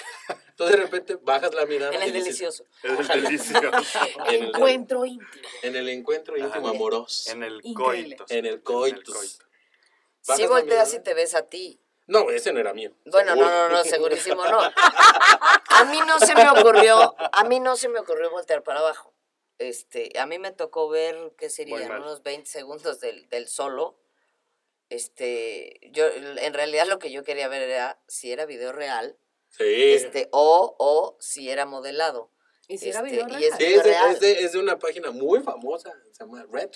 S2: Entonces de repente bajas la mirada.
S4: En
S2: y
S4: el
S2: dices,
S4: delicioso. Ah,
S5: Es el delicioso.
S2: En el-
S1: Encuentro íntimo.
S2: En el encuentro
S5: Ajá.
S2: íntimo amoroso.
S5: En el
S1: Increíble.
S5: coitus.
S2: En el coitus. Bajas
S4: Sí
S2: la
S4: volteas y
S2: mirada.
S4: te ves a ti.
S2: No, ese no era mío.
S4: Bueno, no,
S2: Seguro.
S4: no, no, segurísimo no. A mí no se me ocurrió, a mí no se me ocurrió voltear para abajo. Este, a mí me tocó ver, ¿qué serían?
S5: mal.
S4: Unos 20 segundos del, del solo. Este, yo, en realidad lo que yo quería ver era si era video real,
S2: Sí.
S4: este, o, o si era modelado.
S1: ¿Y si era
S4: Este,
S1: video
S4: y
S1: real?
S2: Sí,
S4: es-
S2: es de,
S4: real.
S2: es de- es de una página muy famosa, se llama Red.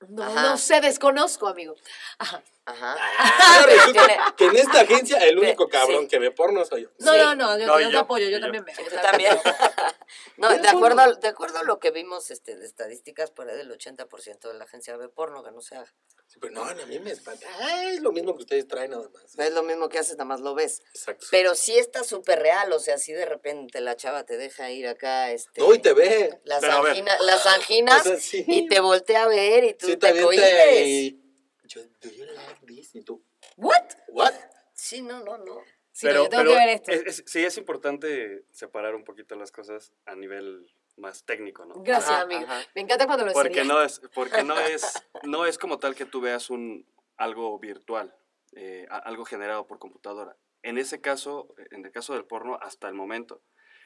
S1: No,
S4: Ajá.
S1: no sé, desconozco, amigo. Ajá.
S4: Ajá.
S2: Ah, Ahora
S4: Pero
S2: resulta
S4: Ah, tiene-
S2: que en esta agencia el
S4: Ve,
S2: único cabrón
S4: sí.
S2: que ve porno soy yo.
S1: No,
S4: Sí.
S1: no, no, yo,
S5: No,
S1: yo
S5: y
S1: te
S5: yo,
S1: apoyo,
S5: y
S1: yo
S5: yo.
S1: también veo.
S4: Tú también. No,
S1: Pero
S4: de
S1: tú
S4: acuerdo,
S1: no.
S4: de acuerdo a lo que vimos este, de estadísticas, por ahí del 80% de la agencia ve porno, que no se haga.
S2: Sí, Pero no, a mí me espanta. Ay, es lo mismo que ustedes traen nada más.
S4: No es lo mismo que haces, nada más lo ves.
S2: Exacto.
S4: Pero sí está súper real, o sea, si de repente la chava te deja ir acá, este...
S2: No, y te ve.
S4: Las,
S5: Pero a ver.
S4: angina- las anginas
S2: O sea, sí.
S4: y te voltea a ver y tú
S2: Sí,
S4: te
S2: también
S4: cohibes.
S2: te... Yo, do you like this? Y tú,
S1: ¿What?
S2: what?
S4: Sí, no, no, no.
S1: Sí, no, yo tengo que ver esto.
S5: es- es- sí es importante separar un poquito las cosas a nivel más técnico, ¿no?
S1: Gracias,
S4: Ajá,
S1: amigo.
S4: ajá.
S1: Me encanta cuando lo
S5: Porque
S1: enseñas.
S5: no es, porque no es, no es como tal que tú veas un algo virtual, eh, a- algo generado por computadora. En ese caso, en el caso del porno, hasta el momento,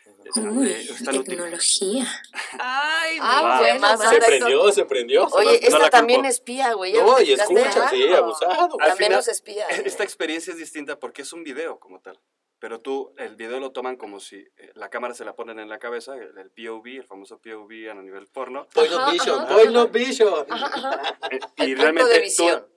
S5: eh,
S6: Uy,
S5: eh, están util-
S6: tecnología.
S4: Ay,
S1: Ah,
S5: Wow.
S1: bueno,
S4: más
S1: más.
S2: Se
S4: Exacto.
S2: prendió, se prendió. se
S4: Oye,
S5: no
S2: la-
S4: esta
S5: la
S4: también
S5: culpo.
S4: espía, güey. ya
S2: no,
S4: nos
S2: y
S4: dejaste-
S2: escucha, sí,
S4: Claro.
S2: abusado.
S5: Al
S4: También
S5: final-
S4: nos espía.
S5: Esta experiencia es distinta porque es un video como tal. Pero tú, el video lo toman como si eh, la cámara se la ponen en la cabeza, el, el POV, el famoso POV a nivel porno.
S2: Point
S1: Ajá,
S2: of vision,
S1: ajá.
S2: point of vision.
S5: eh,
S4: El
S5: y
S4: punto
S5: realmente
S4: de
S5: tú
S4: visión.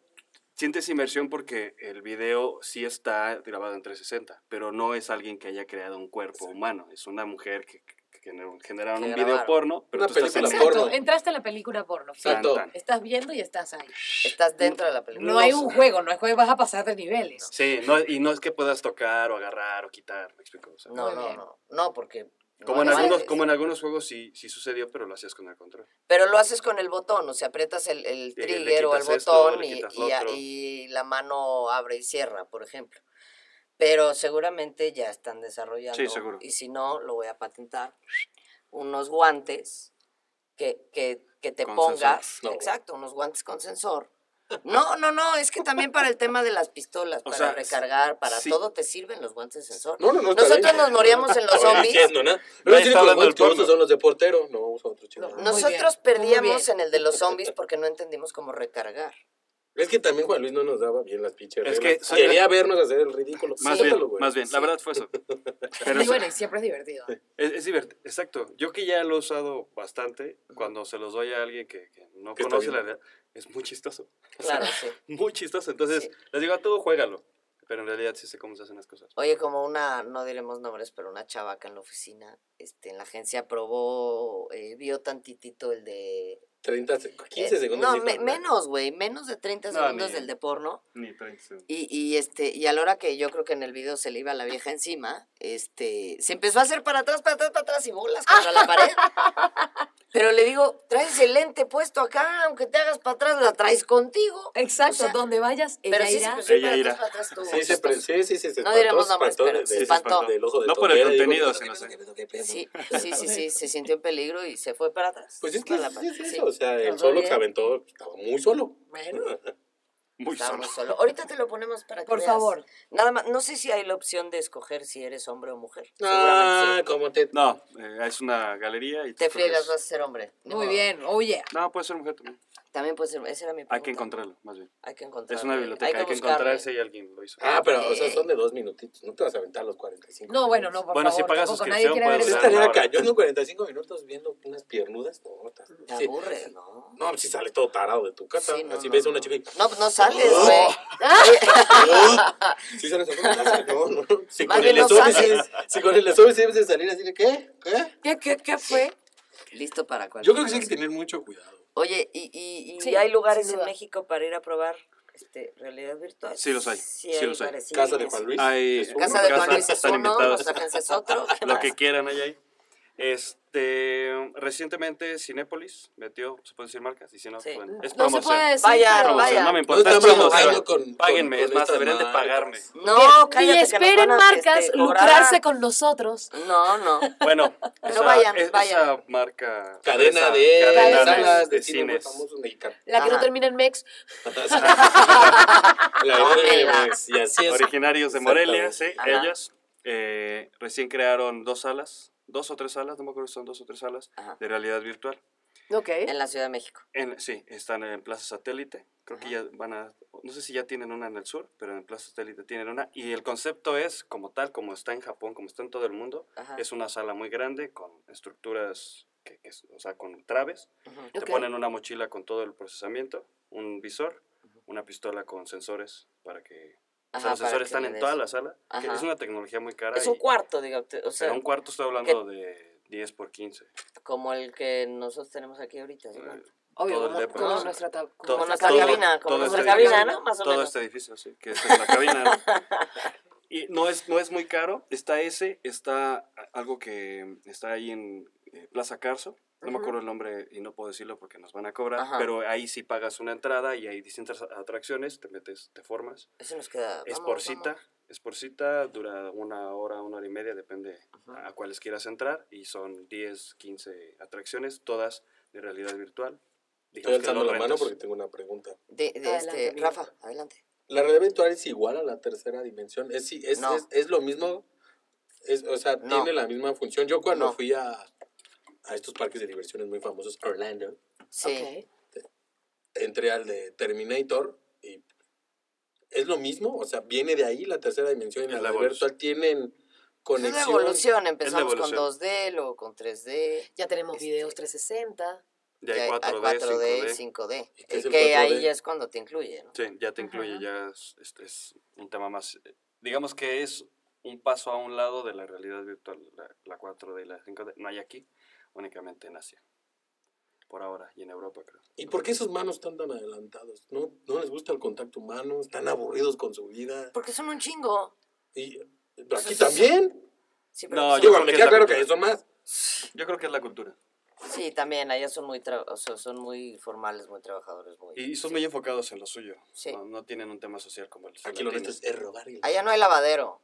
S5: sientes inmersión porque el video sí está grabado en 360, pero no es alguien que haya creado un cuerpo humano. Es una mujer que, que gener- generaron
S4: Que
S5: un
S4: grabaron.
S5: video porno, pero
S2: Una
S5: tú estás en
S2: película
S5: el-
S1: Exacto,
S2: porno.
S1: entraste a la película porno.
S5: Tan,
S2: Exacto.
S5: tan.
S1: Estás viendo y estás ahí.
S4: Estás dentro de la película.
S1: No hay un juego, no es juego, vas a pasar de niveles.
S5: Sí, no- y no es que puedas tocar o agarrar o quitar, me explico. O sea,
S4: No,
S1: Muy
S4: no,
S1: bien.
S4: no. No, porque. no
S5: como, en
S4: eres-
S5: algunos, como en algunos juegos sí, sí sucedió, pero lo hacías con el control.
S4: Pero lo haces con el botón, o sea, aprietas el, el
S5: le
S4: trigger o el
S5: quitas esto,
S4: botón
S5: le
S4: y,
S5: quitas
S4: y a-
S5: otro.
S4: y la mano abre y cierra, por ejemplo. Pero seguramente ya están desarrollando.
S5: Sí, seguro.
S4: Y si no, lo voy a patentar. Unos guantes que, que, que te
S5: Con
S4: pongas.
S2: sensor. No.
S4: Exacto, unos guantes con sensor. No, no, no, es que también para el tema de las pistolas, para
S5: sea,
S4: recargar, para
S5: sí. Pues
S4: todo te sirven los guantes de sensor.
S2: No, no, no. está
S4: Nosotros
S2: bien.
S4: nos moríamos en los
S2: Estoy
S4: zombies.
S2: diciendo, ¿no? No
S5: Nadie
S2: tienen
S5: está
S2: los
S5: hablando del
S2: buenos cortos,
S5: porno.
S2: son los de portero. No, vamos a otro chingado.
S1: No. Muy
S4: Nosotros
S1: bien, muy bien.
S4: perdíamos en el de los zombies porque no entendimos cómo recargar.
S2: Es que también Juan Luis no nos daba bien las pinches
S5: Es
S2: reglas.
S5: que soy-
S2: Quería vernos hacer el ridículo.
S5: Más bien,
S2: Acéptalo, güey.
S5: más bien, la verdad fue eso. Pero
S1: y bueno, y siempre es divertido.
S5: es, es divertido, exacto. Yo que ya lo he usado bastante, cuando se los doy a alguien que, que no
S2: Que está
S5: conoce la
S2: bien.
S5: realidad, es muy chistoso.
S4: Claro, sí.
S5: Muy chistoso. Entonces,
S4: Sí.
S5: les digo a todo, juégalo. Pero en realidad sí sé cómo se hacen las cosas.
S4: Oye, como una, no diremos nombres, pero una chava acá en la oficina, este, en la agencia probó, eh, vio tantitito el de... eh,
S2: 30, sec- 15 segundos.
S4: No,
S2: sin
S4: me-
S2: hablar.
S4: menos, güey, menos de 30
S5: No,
S4: segundos
S5: ni-
S4: del de porno.
S5: Ni 30 segundos.
S4: Y, y, este, y a la hora que yo creo que en el video se le iba la vieja encima, este, se empezó a hacer para atrás, para atrás, para atrás y bolas contra la pared. Pero le digo, traes el lente puesto acá, aunque te hagas para atrás, la traes contigo.
S1: Exacto,
S4: O sea,
S1: donde vayas, ella
S4: Pero sí se
S1: irá.
S4: empezó a ir
S5: Ella
S4: para
S5: irá.
S4: atrás, para atrás, tú.
S2: Sí, se pre- sí, sí, sí, se
S4: No
S2: espantó,
S4: diremos
S2: se
S4: nombres,
S2: espantó
S4: pero
S2: de-
S4: se
S2: de-
S4: espantó.
S2: del ojo de
S5: No por el
S2: Tondera, digo,
S5: contenido,
S2: ¿qué pedo,
S5: sino
S2: qué pedo, qué pedo?
S4: Sí, sí, sí, sí, se sintió en peligro y se fue para atrás.
S2: Pues es que
S4: para
S2: es,
S4: la pared,
S2: es eso,
S4: sí.
S2: o sea, el
S4: Todo
S2: solo que
S4: bien,
S2: se aventó estaba muy solo.
S1: Bueno,
S5: Muy
S4: estábamos
S5: solo.
S4: solo. Ahorita te lo ponemos para que
S1: por
S4: veas.
S1: favor.
S4: Nada más, no sé si hay la opción de escoger si eres hombre o mujer.
S2: Ah,
S4: Seguramente sí.
S2: como te...
S5: No, eh, es una galería y
S4: Te
S5: tú
S4: friegas,
S5: escoges.
S4: vas a ser hombre. ni
S1: Muy
S4: modo.
S1: bien, oye.
S5: No, puede ser mujer también.
S4: También puede ser, esa era mi pregunta.
S5: Hay que encontrarlo, más bien.
S4: Hay que encontrarlo.
S5: Es una biblioteca, hay que,
S4: buscarle.
S5: encontrarse y alguien lo hizo.
S2: Ah, pero, o sea, son de dos minutitos. No te vas a aventar los 45
S1: No, bueno, no, por
S5: Bueno, si
S1: favor.
S5: pagas
S1: tampoco
S5: suscripción,
S1: nadie quiere ver
S5: puedes
S2: Pues
S1: eso.
S5: usar.
S2: estaría
S5: Claro.
S2: cañón 45 minutos viendo unas piernudas. No, estás-
S4: Te
S2: sí.
S4: aburre, ¿no?
S2: No, si sale todo tarado de tu casa.
S4: Sí, no,
S2: Así
S4: no,
S2: ves a
S4: no.
S2: una chica y...
S4: No, pues no sales,
S2: Oh.
S4: güey.
S2: Sí, sale a tu casa. No, no. Si
S4: Más
S2: con
S4: bien
S2: el
S4: no
S2: esófago
S4: sales.
S2: si con el esófago debes de salir así de, ¿qué? ¿Qué?
S1: ¿Qué, qué, qué fue?
S4: Listo para cualquier
S2: Yo creo que sí hay
S4: cosa.
S2: que tener mucho cuidado.
S4: Oye, ¿y, y, y
S1: Sí,
S4: hay lugares
S1: sin
S4: en
S1: duda.
S4: México para ir a probar este, realidad virtual?
S5: Sí los hay, sí los hay.
S4: barecillos.
S2: Casa de Juan Luis.
S5: Hay-
S2: es uno.
S4: Casa de Juan
S5: Casa,
S4: Luis es
S5: están
S4: uno,
S5: invitados.
S4: Los Ángeles es otro. ¿qué
S5: lo
S4: más?
S5: que quieran hay ahí. Este, recientemente Cinépolis metió, se pueden decir marcas, y si no,
S4: Sí.
S5: pueden- es
S1: No se
S5: promoción.
S1: puede decir.
S4: Vaya,
S1: pero-
S5: Promoción,
S4: vaya.
S5: No me
S2: No
S5: importa, es
S2: estamos
S5: promoción.
S2: jugando con...
S5: Páguenme,
S2: con-
S5: es
S2: con
S5: más,
S2: estas
S5: deberían de
S2: marcas.
S5: pagarme.
S4: No,
S1: y
S4: cállate, que nos
S1: esperen
S4: van a,
S1: marcas
S4: este, cobrar.
S1: lucrarse con nosotros.
S4: No, no.
S5: Bueno,
S4: No
S5: esa,
S4: vayan,
S5: es-
S4: vayan.
S5: esa marca.
S2: Cadena
S5: esa
S2: de
S5: cadena
S2: salas
S5: de
S2: de cine muy
S5: cines.
S2: famosos mexicanos.
S1: La que no
S4: Ajá.
S1: termina en Mex.
S2: La
S4: Tómela.
S2: verdad es que, y así es.
S5: Originarios de
S2: Exactamente.
S5: Morelia, sí,
S4: Ajá.
S5: ellas. eh, recién crearon dos salas, dos o tres salas, no me acuerdo si son dos o tres salas,
S4: Ajá.
S5: de realidad virtual.
S1: Ok.
S4: En la Ciudad de México.
S5: En- sí, están en Plaza Satélite. Creo que
S4: Ajá.
S5: ya van a. No sé si ya tienen una en el sur, pero en Plaza Satélite tienen una. Y el concepto es, como tal, como está en Japón, como está en todo el mundo,
S4: Ajá.
S5: es una sala muy grande con estructuras, que, que es- o sea, con traves.
S4: Ujú.
S1: Ok.
S5: Te ponen una mochila con todo el procesamiento, un visor, una pistola con sensores para que. o sea,
S4: Ajá,
S5: los
S4: para
S5: sensores
S4: que
S5: están
S4: le
S5: en
S4: des.
S5: toda la sala. que
S4: Ajá.
S5: es una tecnología muy cara.
S4: Es un
S5: y-
S4: cuarto, digamos. te- O sea,
S5: pero un cuarto estoy hablando de 10 por 15.
S4: como el que nosotros tenemos aquí ahorita. ¿sí?
S5: eh, Mm.
S1: Obvio,
S5: todo el
S1: como,
S5: depósito.
S1: como nuestra, tab- como
S5: Todo-
S1: nuestra
S4: todo-
S1: cabina.
S4: como
S5: todo
S4: nuestra
S5: este
S4: cabina,
S5: edificio,
S4: ¿no? Más o
S5: todo
S4: menos.
S5: este edificio, sí, que esta es la cabina. ¿no? Y no es, no es muy caro. Está ese, está a- algo que está ahí en eh, Plaza Carso. No me
S1: Ujú.
S5: acuerdo el nombre y no puedo decirlo porque nos van a cobrar,
S4: Ajá.
S5: pero ahí sí pagas una entrada y hay distintas atracciones, te metes, te formas.
S4: Eso nos queda.
S5: es
S4: Ah, vamos,
S5: por cita,
S4: vamos.
S5: Es por cita, dura una hora, una hora y media, depende a cuáles quieras entrar. Y son 10, 15 atracciones, todas de realidad virtual.
S2: Estoy
S5: Digamos que
S2: alzando
S5: los
S2: la mano
S5: retos-
S2: porque tengo una pregunta.
S4: De, de
S1: Adelante,
S4: este,
S1: amigo.
S4: Rafa, adelante.
S2: ¿La realidad virtual es igual a la tercera dimensión? ¿Es, sí, es,
S4: No.
S2: es, es lo mismo? Es, o sea,
S4: No.
S2: tiene la misma función. Yo cuando
S4: No.
S2: fui a, a estos parques de diversiones muy famosos, Orlando,
S4: Sí.
S1: Ok.
S2: entré al de Terminator y es lo mismo. O sea, viene de ahí la tercera dimensión y
S5: Es
S2: la
S5: la
S2: realidad virtual tienen
S4: Es la
S2: conexión.
S4: evolución, empezamos con
S5: evolución.
S4: 2D, luego con 3D,
S1: Ya tenemos
S4: Este-
S1: videos 360.
S5: Ya hay
S4: ya hay- a
S5: 4D,
S4: 4D,
S5: 5D.
S4: 5D.
S2: ¿Y qué
S4: Que,
S2: es el
S4: ahí
S2: 4D?
S4: ya es cuando te incluye, ¿no?
S5: Sí, ya te incluye, ya es, es- es un tema más. eh, Digamos que es un paso a un lado de la realidad virtual, la, la 4D y la 5D. No hay aquí, únicamente en Asia. Por ahora, y en Europa, creo.
S2: ¿Y por qué esos manos están tan adelantados? ¿No, no les gusta el contacto humano? ¿Están aburridos con su vida?
S4: Porque son un chingo.
S2: Y aquí también.
S4: Sí,
S5: Pues No,
S4: pues
S2: yo
S5: yo
S2: bueno,
S5: creo
S2: me queda
S5: que es la
S2: claro
S5: cultura.
S2: que son más.
S5: Yo creo que es la cultura.
S4: Sí, también, allá son muy, tra- o sea, son muy formales, muy trabajadores. Muy,
S5: Y son muy enfocados en lo suyo.
S4: Sí.
S5: No, no tienen un tema social como el
S2: Aquí lo honesto es, es robar. y-
S4: Allá no hay lavadero,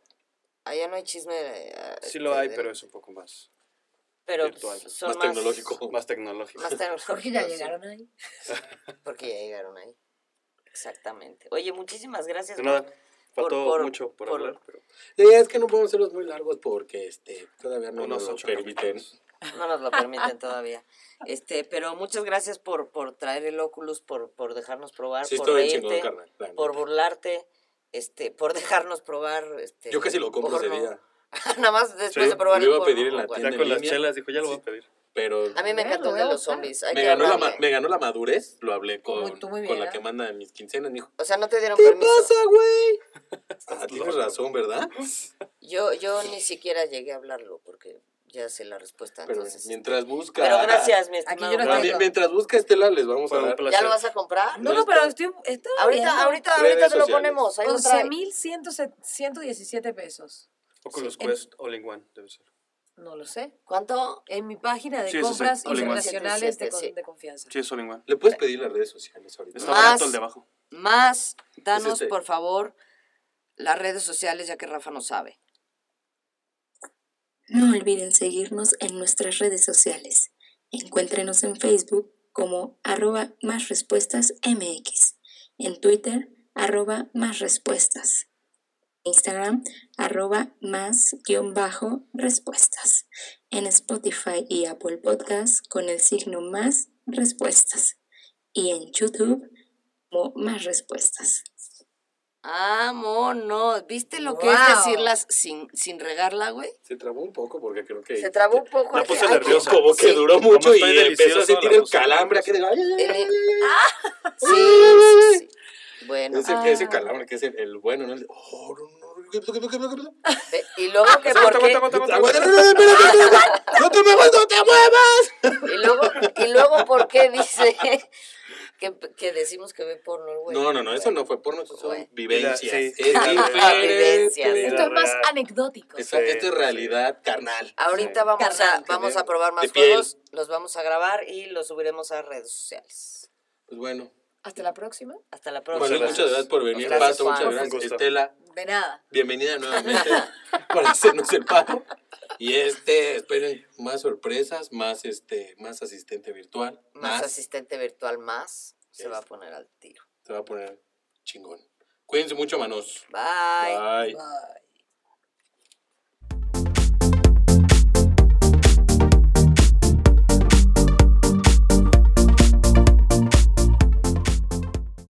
S4: allá no hay chisme. eh,
S5: Sí
S4: este,
S5: lo hay,
S4: de-
S5: pero es un poco más,
S4: pero
S5: virtual,
S4: son
S2: Más tecnológico.
S5: más tecnológico.
S4: Más tecnológico.
S1: Porque ya
S4: sí,
S1: llegaron ahí.
S4: Porque ya llegaron ahí. Exactamente. Oye, muchísimas gracias.
S5: De nada,
S4: por-
S5: faltó
S4: por-
S5: mucho por,
S4: por-
S5: hablar, pero
S2: Sí, es que no podemos hacerlos muy largos porque este, todavía no
S5: unos
S2: nos lo
S5: ocho
S2: permiten.
S5: capítulos.
S4: No nos lo permiten todavía. Este, pero muchas gracias por, por traer el Oculus, por, por dejarnos probar,
S2: Sí,
S4: por
S2: estoy
S4: reírte,
S2: chingón, carnal. la neta.
S4: por burlarte, este, por dejarnos probar. Este,
S2: Yo casi lo compro ese
S4: porno.
S2: día,
S4: Nada más después
S5: Sí,
S4: de probar
S2: lo iba a
S4: el
S2: pedir en la
S4: güey.
S2: tienda.
S5: Ya con las
S2: línea?
S5: chelas, dijo, ya lo voy
S2: Sí.
S5: a pedir.
S2: pero
S4: A mí me
S1: Bueno,
S4: encantó el
S1: voy a
S4: de los
S1: buscar.
S4: zombies. hay
S2: me
S4: que
S2: ganó, la, ma-
S4: hablarle.
S2: me ganó la madurez, lo hablé con,
S1: Muy- tú muy
S2: con
S1: bien,
S2: la
S1: ¿eh?
S2: que manda en mis quincenas, me dijo,
S4: O sea, no te dieron
S2: ¿qué
S4: permiso.
S2: pasa, güey? Ah, tienes razón, ¿verdad?
S4: Yo, yo ni siquiera llegué a hablarlo porque ya sé la respuesta.
S2: Pero
S4: entonces,
S2: mientras busca...
S4: pero gracias, mi
S1: Aquí yo
S4: estimado.
S1: no
S4: Rafa.
S2: Mami,
S1: tengo.
S2: mientras busca Estela, les vamos
S5: Fue
S2: a
S5: un
S2: dar...
S5: placer.
S4: ¿Ya lo vas a comprar?
S1: No, no,
S2: Listo.
S1: pero estoy. estoy
S4: Ahorita, ahorita,
S2: Redes
S4: ahorita te lo
S2: sociales.
S4: ponemos. Ahí lo trae.
S1: 11.117 pesos.
S5: Oculus
S1: Sí, en-
S5: Quest All in One, debe ser.
S1: No lo sé.
S4: ¿Cuánto?
S1: En mi página de
S5: Sí, eso sí,
S1: compras
S5: all in one.
S1: internacionales de, con-
S4: Sí.
S1: de confianza.
S5: Sí, es All in One.
S2: ¿Le puedes pedir las redes sociales ahorita?
S5: Está
S4: Más-
S5: barato el de abajo.
S4: Más, danos
S2: este.
S4: por favor las redes sociales ya que Rafa no sabe.
S6: No olviden seguirnos en nuestras redes sociales. Encuéntrenos en Facebook como arroba más respuestas MX, en Twitter arroba más respuestas, Instagram arroba más guión bajo respuestas, en Spotify y Apple Podcasts con el signo más respuestas y en YouTube como más respuestas.
S4: Vámonos. Ah, ¿Viste lo que es
S1: Wow.
S4: decirlas sin, sin regarla, güey?
S2: Se trabó un poco porque creo que...
S4: Se trabó un poco.
S5: La
S4: hay que-
S5: puse
S4: hay que-
S5: nerviosa.
S2: Como que
S4: Sí.
S2: duró
S5: Como
S2: mucho y
S5: estoy
S2: empezó a
S5: delicioso,
S2: sentir
S5: la
S2: el
S5: puse
S2: calambre.
S5: nerviosa.
S2: Que de... ay, ay, ay, ay,
S4: El-
S2: ay, ay.
S4: Sí, sí, sí. Bueno.
S2: Ese,
S1: Ah.
S2: ese calambre que es el, el bueno, ¿no? El de, oh, no, no, no,
S4: ve- Y luego que
S5: Aguanta,
S4: porque...
S5: aguanta,
S2: Aguanta,
S5: aguanta, aguanta.
S2: no, no, no, espérate, espérate, no te muevas, no te muevas.
S4: Y luego, y luego ¿por qué dice que, que decimos que ve porno el güey?
S2: No, no, no, eso no fue porno, eso son
S4: Güey.
S2: vivencias.
S5: Mira, sí.
S2: Es diferente.
S4: Vivencias.
S1: Esto es más
S5: real.
S1: anecdotico.
S2: Esa-
S5: Sí,
S2: Esta es
S5: sí.
S2: realidad carnal.
S4: Ahorita vamos, a,
S1: Carnal.
S4: vamos a probar más
S2: De piel.
S4: juegos, los vamos a grabar y los subiremos a redes sociales.
S2: Pues bueno,
S1: Hasta la próxima.
S4: Hasta la próxima.
S2: Manuel,
S5: pues, gracias.
S2: muchas gracias por venir.
S4: Gracias,
S2: Pato,
S4: Juan.
S2: muchas
S5: Un
S2: gracias.
S5: gusto.
S2: Estela,
S1: De nada.
S2: bienvenida nuevamente para hacernos el paro. Y este, esperen más sorpresas, más este, más asistente virtual,
S4: más,
S2: más,
S4: asistente virtual más se
S2: Es.
S4: va a poner al tiro.
S2: se va a poner chingón. Cuídense mucho, manos.
S4: Bye.
S2: Bye.
S1: Bye.